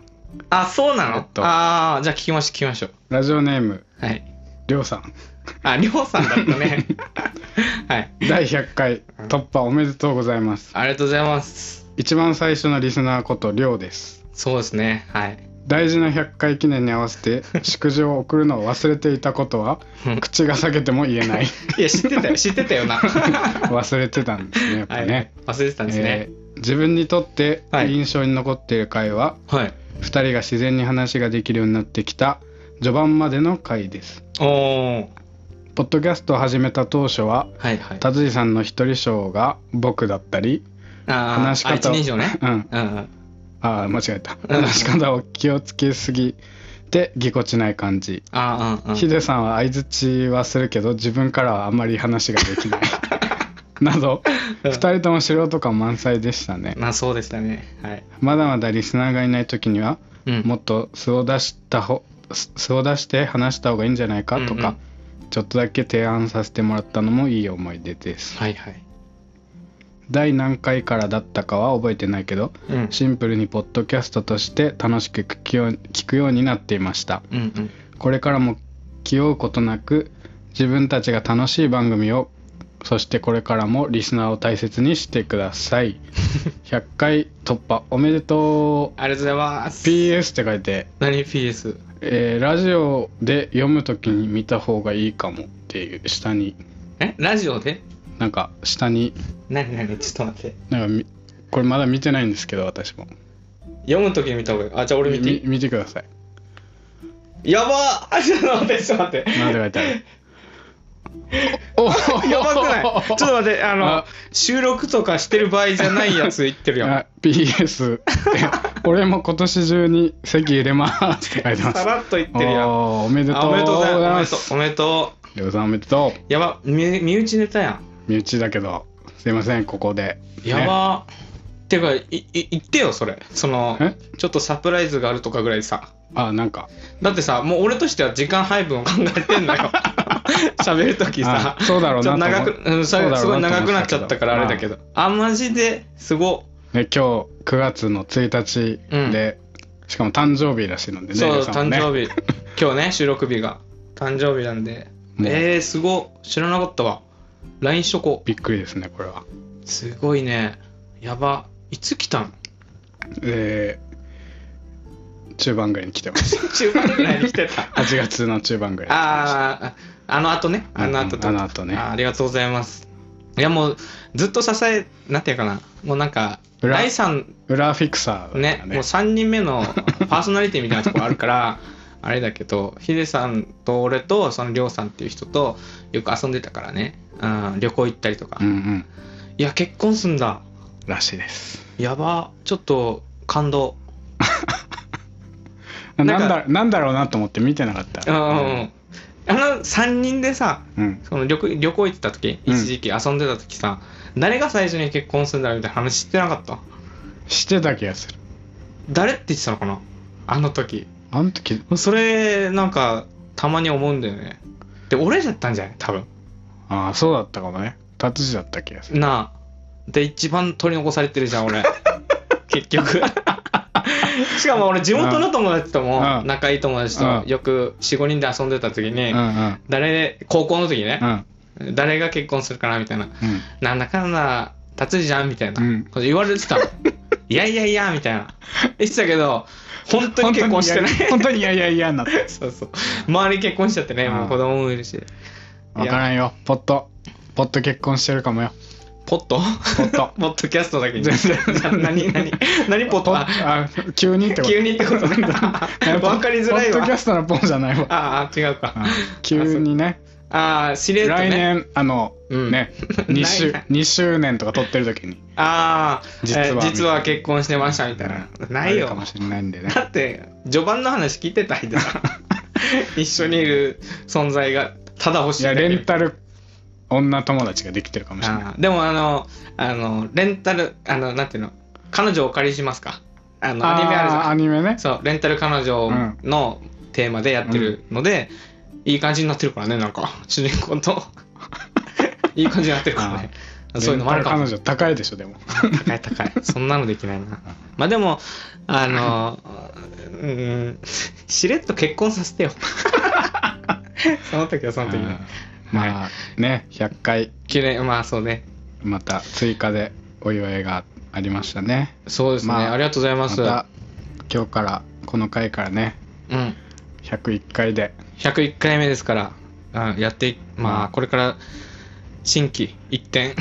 [SPEAKER 1] あそうなの、
[SPEAKER 2] えっと
[SPEAKER 1] ああじゃあ聞きましょう聞きましょう
[SPEAKER 2] ラジオネーム
[SPEAKER 1] はい
[SPEAKER 2] りょうさん
[SPEAKER 1] ありょうさんだったね [LAUGHS] はい
[SPEAKER 2] 第100回突破おめでとうございます
[SPEAKER 1] ありがとうございます
[SPEAKER 2] 一番最初のリスナーことりょうです
[SPEAKER 1] そうですねはい
[SPEAKER 2] 大事な100回記念に合わ
[SPEAKER 1] [LAUGHS]
[SPEAKER 2] せて祝辞を送るのを忘れていたことは
[SPEAKER 1] うん
[SPEAKER 2] 口が裂けても言
[SPEAKER 1] [LAUGHS]
[SPEAKER 2] えない
[SPEAKER 1] いや、知ってたよ、知ってたよな。 [LAUGHS] は
[SPEAKER 2] 忘れてたんですねやっぱ
[SPEAKER 1] い、
[SPEAKER 2] ね、
[SPEAKER 1] 忘れてたんですね。
[SPEAKER 2] えー自分にとって
[SPEAKER 1] はい
[SPEAKER 2] 印象に残っている回は、
[SPEAKER 1] はい。
[SPEAKER 2] 2人が自然に話ができるようになってきた序盤までの回です
[SPEAKER 1] おー。
[SPEAKER 2] ポッドキャストを始めた当初は
[SPEAKER 1] はいはい。
[SPEAKER 2] 達治さんの一人称が僕だったり
[SPEAKER 1] あー
[SPEAKER 2] 話し方を
[SPEAKER 1] あ一人称ね。
[SPEAKER 2] うん
[SPEAKER 1] うんうん。
[SPEAKER 2] あー間違
[SPEAKER 1] [LAUGHS]
[SPEAKER 2] えた
[SPEAKER 1] うん
[SPEAKER 2] 話し方を気をつけすぎてぎこちない感じ
[SPEAKER 1] あー [LAUGHS] うんうん。
[SPEAKER 2] ヒデさんは相槌はするけど自分からはあまり話ができないなど2人とも素人感満載でしたね
[SPEAKER 1] まあそうでしたね。はい。
[SPEAKER 2] まだまだリスナーがいない時には
[SPEAKER 1] うん。
[SPEAKER 2] もっと素を出したほ素素を出して話した方がいいんじゃないかとか、ちょっとだけ提案させてもらったのもいい思い出です
[SPEAKER 1] はいはい。
[SPEAKER 2] 第何回からだったかは覚えてないけど
[SPEAKER 1] うん。
[SPEAKER 2] シンプルにポッドキャストとして楽しく聞くよう聞くようになっていました
[SPEAKER 1] うんうん。
[SPEAKER 2] これからも気負うことなく自分たちが楽しい番組をそしてこれからもリスナーを大切にしてくださ
[SPEAKER 1] [LAUGHS]
[SPEAKER 2] い100回突破おめでとう
[SPEAKER 1] ありがとうございます。
[SPEAKER 2] PS って書いて、
[SPEAKER 1] 何 PS?
[SPEAKER 2] えーラジオで読むときに見た方がいいかもっていう下に
[SPEAKER 1] えラジオで
[SPEAKER 2] なんか下に
[SPEAKER 1] 何何ちょっと待って。
[SPEAKER 2] なんかみこれまだ見てないんですけど私も
[SPEAKER 1] 読むときに見た方がいい。あ、じゃあ俺見てい
[SPEAKER 2] み見てください
[SPEAKER 1] い。やば [LAUGHS] ーあ、ちょっと待って、ちょっと待って。
[SPEAKER 2] なんて書い
[SPEAKER 1] [LAUGHS]
[SPEAKER 2] てあるおお
[SPEAKER 1] やばく
[SPEAKER 2] [LAUGHS]
[SPEAKER 1] ないちょっと待って、あの、
[SPEAKER 2] あ
[SPEAKER 1] 収録とかしてる場合じゃないやつ言ってるよ。
[SPEAKER 2] あ
[SPEAKER 1] [LAUGHS]
[SPEAKER 2] PS って「俺も今年中に席入れます」って書いてま
[SPEAKER 1] さ
[SPEAKER 2] す
[SPEAKER 1] らっと言ってるやん。
[SPEAKER 2] おーおめでと
[SPEAKER 1] あ
[SPEAKER 2] う
[SPEAKER 1] お
[SPEAKER 2] ご
[SPEAKER 1] めでとうござ
[SPEAKER 2] ざ
[SPEAKER 1] い
[SPEAKER 2] い
[SPEAKER 1] ま。
[SPEAKER 2] ますす
[SPEAKER 1] おめでとう。
[SPEAKER 2] りょうさんおめでと
[SPEAKER 1] やば、身身内ネタやん。
[SPEAKER 2] う身内だけどすいませんここで、ね
[SPEAKER 1] やばー。てか、い、い、言ってよ、それ。その
[SPEAKER 2] え、
[SPEAKER 1] ちょっとサプライズがあるとかぐらいさ。
[SPEAKER 2] あなんか
[SPEAKER 1] だってさ、もう俺としては時間配分を考えてんだよ。
[SPEAKER 2] [LAUGHS]
[SPEAKER 1] 喋るときさ。
[SPEAKER 2] あそうだろう
[SPEAKER 1] ちょっと
[SPEAKER 2] な
[SPEAKER 1] 長
[SPEAKER 2] と思
[SPEAKER 1] く、うん、そ
[SPEAKER 2] そう
[SPEAKER 1] れ
[SPEAKER 2] だ
[SPEAKER 1] す
[SPEAKER 2] ろ
[SPEAKER 1] ご
[SPEAKER 2] う
[SPEAKER 1] い
[SPEAKER 2] なと
[SPEAKER 1] 長
[SPEAKER 2] 思
[SPEAKER 1] く
[SPEAKER 2] っ
[SPEAKER 1] な
[SPEAKER 2] た
[SPEAKER 1] っ
[SPEAKER 2] けど
[SPEAKER 1] ちゃったからあれだけど。あ、マジで、すご
[SPEAKER 2] ね、今日9月の1日で、しかも誕生日らしいのでね
[SPEAKER 1] い。そう、
[SPEAKER 2] りょさん
[SPEAKER 1] 誕
[SPEAKER 2] もね
[SPEAKER 1] 生
[SPEAKER 2] [LAUGHS]
[SPEAKER 1] 日。今日ね、収録日が。誕生日なんで。
[SPEAKER 2] ね
[SPEAKER 1] えー、すごい。知らなかったわ。LINE しとこ
[SPEAKER 2] びっくりですねこれは
[SPEAKER 1] う。すごいね。やば。いつ来
[SPEAKER 2] [LAUGHS]
[SPEAKER 1] たん
[SPEAKER 2] えー中盤ぐらいに来てま
[SPEAKER 1] [LAUGHS]
[SPEAKER 2] した
[SPEAKER 1] 中盤ぐらいに来てた。
[SPEAKER 2] 8月の中盤ぐらいに来てまし
[SPEAKER 1] あ
[SPEAKER 2] た
[SPEAKER 1] あ、あの後ね。あの後
[SPEAKER 2] うんあの後ね
[SPEAKER 1] あーありがとうございます。いやもう、ずっと支え、なんていうかな。もうなんか、
[SPEAKER 2] 裏
[SPEAKER 1] 第三
[SPEAKER 2] 裏フィクサーだ
[SPEAKER 1] ね
[SPEAKER 2] か、
[SPEAKER 1] も
[SPEAKER 2] ら
[SPEAKER 1] う3人目
[SPEAKER 2] [LAUGHS]
[SPEAKER 1] のパーソナリティみたいなところあるから、あれだけど、ヒデさんと俺と、そのりょうさんっていう人と、よく遊んでたからね。うん、旅行行ったりとか。
[SPEAKER 2] うんう
[SPEAKER 1] い
[SPEAKER 2] ん
[SPEAKER 1] や、結婚すんだ。
[SPEAKER 2] らしいです
[SPEAKER 1] やば。ちょっと、感動。
[SPEAKER 2] な
[SPEAKER 1] なん
[SPEAKER 2] ん
[SPEAKER 1] か
[SPEAKER 2] だなんだろうなと思って見てなかった。
[SPEAKER 1] うんあの3人でさ
[SPEAKER 2] うん。
[SPEAKER 1] その旅行旅行行ってた時
[SPEAKER 2] うん
[SPEAKER 1] 一時期遊んでた時さ、誰が最初に結婚するんだろうみたいな話してなかった
[SPEAKER 2] してた気がする。
[SPEAKER 1] 誰って言ってたのかなあの時
[SPEAKER 2] あの時、
[SPEAKER 1] それなんかたまに思うんだよねで俺だったんじゃない多分
[SPEAKER 2] ああ、そうだったかもね。達治だった気がする。
[SPEAKER 1] なあで一番取り残されてるじゃん
[SPEAKER 2] [LAUGHS]
[SPEAKER 1] 俺結局しかも俺地元の友達とも
[SPEAKER 2] うん
[SPEAKER 1] 仲いい友達
[SPEAKER 2] う
[SPEAKER 1] と
[SPEAKER 2] ん
[SPEAKER 1] よく45人で遊んでた時
[SPEAKER 2] う
[SPEAKER 1] に
[SPEAKER 2] んうん。
[SPEAKER 1] 誰高校の時ね
[SPEAKER 2] う、ん
[SPEAKER 1] 誰が結婚するかなみたいな
[SPEAKER 2] うん。
[SPEAKER 1] なんだかんだ、達治じゃんみたいな、
[SPEAKER 2] うん
[SPEAKER 1] こと言われて
[SPEAKER 2] [LAUGHS]
[SPEAKER 1] たの。いやいやいや、みたいな。言ってたけど、本当に結婚してない。
[SPEAKER 2] 本当にいやいやいやになって。
[SPEAKER 1] そうそう。周り結婚しちゃってね、
[SPEAKER 2] うん
[SPEAKER 1] もう子供もいるし。
[SPEAKER 2] わからんよ。ポット。ポット結婚してるかもよ。
[SPEAKER 1] ポット
[SPEAKER 2] ポッ
[SPEAKER 1] [LAUGHS] 。
[SPEAKER 2] ト
[SPEAKER 1] ポッドキャストだけに。
[SPEAKER 2] 全然
[SPEAKER 1] 何、何、何ポッ
[SPEAKER 2] ポ
[SPEAKER 1] ト
[SPEAKER 2] ッ
[SPEAKER 1] あ
[SPEAKER 2] あ、急にってこと。 [LAUGHS]
[SPEAKER 1] 急にってことね。わかりづらい
[SPEAKER 2] ポッドキャ
[SPEAKER 1] わ。
[SPEAKER 2] ストのポンじゃないわ。
[SPEAKER 1] ああ、違うか。
[SPEAKER 2] うん急にね。
[SPEAKER 1] ああ、しれっと
[SPEAKER 2] 来
[SPEAKER 1] ね。
[SPEAKER 2] 年、あの、
[SPEAKER 1] うん
[SPEAKER 2] ね、2周、二周年とか撮ってる時に。
[SPEAKER 1] ああ、
[SPEAKER 2] 実は
[SPEAKER 1] えー実は結婚してましたみたいな。ない
[SPEAKER 2] あるか
[SPEAKER 1] よ
[SPEAKER 2] も。しれないんでね。
[SPEAKER 1] [LAUGHS] だって序盤の話聞いてた
[SPEAKER 2] [LAUGHS]
[SPEAKER 1] 間一緒にいる存在がただ欲し
[SPEAKER 2] い
[SPEAKER 1] いだ
[SPEAKER 2] や、
[SPEAKER 1] け
[SPEAKER 2] レンタル女友達ができてるかもしれない。
[SPEAKER 1] あーでもあのあのレンタルあのなんていうの彼女お借りしますかあのアニメあるじ
[SPEAKER 2] ー
[SPEAKER 1] ゃ
[SPEAKER 2] ア
[SPEAKER 1] ん
[SPEAKER 2] ニメね。
[SPEAKER 1] そうレンタル彼女
[SPEAKER 2] うん
[SPEAKER 1] のテーマでやってるので、いい感じになってるからねなんか主人公
[SPEAKER 2] [LAUGHS]
[SPEAKER 1] といい感じになってるからねそういうのもあるかも
[SPEAKER 2] 彼女高いでしょ、でも。
[SPEAKER 1] 高い高いそんなのできないなまあでもあのうーんしれっと結婚させて
[SPEAKER 2] [LAUGHS]
[SPEAKER 1] よその時はその時
[SPEAKER 2] うん
[SPEAKER 1] ね
[SPEAKER 2] まあね、100回、
[SPEAKER 1] 綺麗まあそうね
[SPEAKER 2] また追加でお祝いがありましたね。
[SPEAKER 1] そうですね、
[SPEAKER 2] まあ
[SPEAKER 1] あ、りがとうございま
[SPEAKER 2] ますた、今日からこの回からね
[SPEAKER 1] うん。
[SPEAKER 2] 101回で
[SPEAKER 1] 101回目ですから、うん、やってい、まあ、
[SPEAKER 2] うん
[SPEAKER 1] これから、新規一点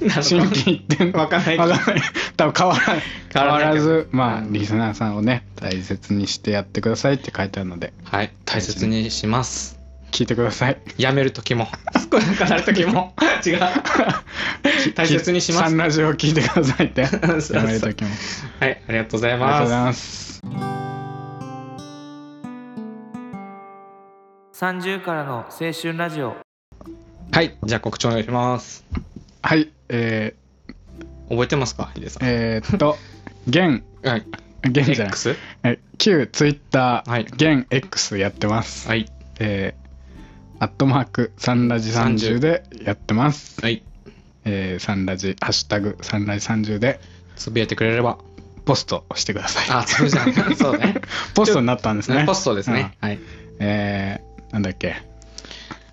[SPEAKER 1] なのか
[SPEAKER 2] [LAUGHS] 新規一点
[SPEAKER 1] わかんないけど
[SPEAKER 2] わかんない多分変わらな
[SPEAKER 1] 変
[SPEAKER 2] い変
[SPEAKER 1] わ
[SPEAKER 2] わ
[SPEAKER 1] らない
[SPEAKER 2] ら
[SPEAKER 1] けど
[SPEAKER 2] ずまあ
[SPEAKER 1] うん
[SPEAKER 2] リスナーさんをね大切にしてやってくださいって書いてあるので
[SPEAKER 1] はい、大切にします。
[SPEAKER 2] 聞いてください
[SPEAKER 1] やめるとき
[SPEAKER 2] [LAUGHS]
[SPEAKER 1] も、少なくなるときも、 [LAUGHS] 違う。大切にします
[SPEAKER 2] サンラジオを聞いてくださいって
[SPEAKER 1] そうそう
[SPEAKER 2] やめる時も
[SPEAKER 1] はい、ありがとうござい
[SPEAKER 2] ありがとう
[SPEAKER 1] ま
[SPEAKER 2] ご
[SPEAKER 1] す
[SPEAKER 2] ざい。ます
[SPEAKER 3] 30からの青春ラジオ
[SPEAKER 1] はい、じゃあ告知お願いします。
[SPEAKER 2] はいえ
[SPEAKER 1] 覚えてますか、ヒデさ
[SPEAKER 2] ー、
[SPEAKER 1] ん。
[SPEAKER 2] えーっ
[SPEAKER 1] [LAUGHS]
[SPEAKER 2] と現
[SPEAKER 1] はい、
[SPEAKER 2] 現じゃない
[SPEAKER 1] X?
[SPEAKER 2] え旧ツイッタ
[SPEAKER 1] はい
[SPEAKER 2] ー現 X やってます、
[SPEAKER 1] はい、
[SPEAKER 2] えー、アットマークサンラジ30でやってます、
[SPEAKER 1] はい、
[SPEAKER 2] えー、サンラジハッシュタグサンラジ30で
[SPEAKER 1] つぶやいてくれれば。
[SPEAKER 2] ポストしてください
[SPEAKER 1] あ、そうじゃん。 [LAUGHS] そうね。
[SPEAKER 2] ポストになったんですね
[SPEAKER 1] ポストですね。はい。
[SPEAKER 2] うんえー、なんだっけ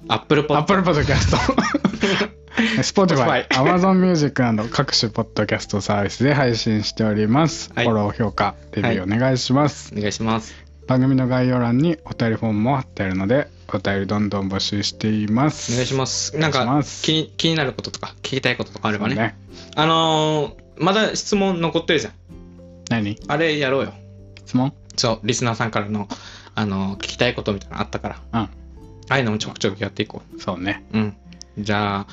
[SPEAKER 1] アップルポ
[SPEAKER 2] アッ
[SPEAKER 1] ッ
[SPEAKER 2] プルポッドキ
[SPEAKER 1] [LAUGHS]
[SPEAKER 2] ャスト
[SPEAKER 1] Spotify
[SPEAKER 2] Spotify、Amazon Music など各種ポッドキャストサービスで配信しております。
[SPEAKER 1] はい
[SPEAKER 2] フォロー、評価、レビューお願いします。
[SPEAKER 1] お願いします。
[SPEAKER 2] 番組の概要欄にお便りフォームも貼ってあるので、お便りどんどん募集しています。
[SPEAKER 1] お願いします。なん
[SPEAKER 2] お願
[SPEAKER 1] か
[SPEAKER 2] いします
[SPEAKER 1] 気に気になることとか聞きたいこととかあればね。
[SPEAKER 2] ね
[SPEAKER 1] あのーまだ質問残ってるじゃん。
[SPEAKER 2] 何
[SPEAKER 1] あれやろうよ。
[SPEAKER 2] 質問
[SPEAKER 1] そう、リスナーさんからの、あのー聞きたいことみたいなのあったから。
[SPEAKER 2] うん。
[SPEAKER 1] ああいうのもちょくちょくやっていこ
[SPEAKER 2] そうね。
[SPEAKER 1] う。うん。じゃあ、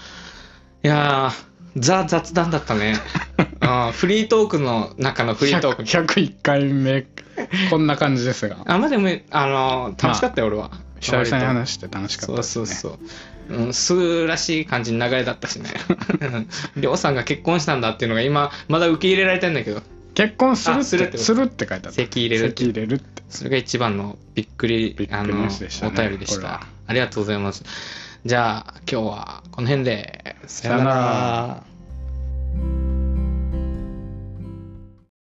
[SPEAKER 1] いやー、ザ雑談だった
[SPEAKER 2] [LAUGHS]
[SPEAKER 1] ね。あーフリートークの中のフリートーク
[SPEAKER 2] 100 101回目、こんな感じですが、
[SPEAKER 1] あまあでもあの楽しかったよ、俺は
[SPEAKER 2] 久々に
[SPEAKER 1] 割
[SPEAKER 2] 話して楽しか
[SPEAKER 1] と
[SPEAKER 2] ったです、
[SPEAKER 1] そう
[SPEAKER 2] ね。
[SPEAKER 1] そうそう、うん、すーらしい感じの流れだった
[SPEAKER 2] [LAUGHS]
[SPEAKER 1] しねうんりょうさんが結婚したんだっていうのが今まだ受け入れられてんだけど
[SPEAKER 2] 結婚する
[SPEAKER 1] あ
[SPEAKER 2] っ
[SPEAKER 1] するってこ
[SPEAKER 2] て、
[SPEAKER 1] と
[SPEAKER 2] するって書いてあった。
[SPEAKER 1] 籍入れるって
[SPEAKER 2] 籍入れるって。
[SPEAKER 1] それが一番のびっくり
[SPEAKER 2] びっくり
[SPEAKER 1] あ
[SPEAKER 2] ニュ
[SPEAKER 1] の
[SPEAKER 2] ースでしたね
[SPEAKER 1] お便りでし
[SPEAKER 2] これ
[SPEAKER 1] た
[SPEAKER 2] は
[SPEAKER 1] ありがとうございますじゃあ今日はこの辺でさ
[SPEAKER 2] さよなら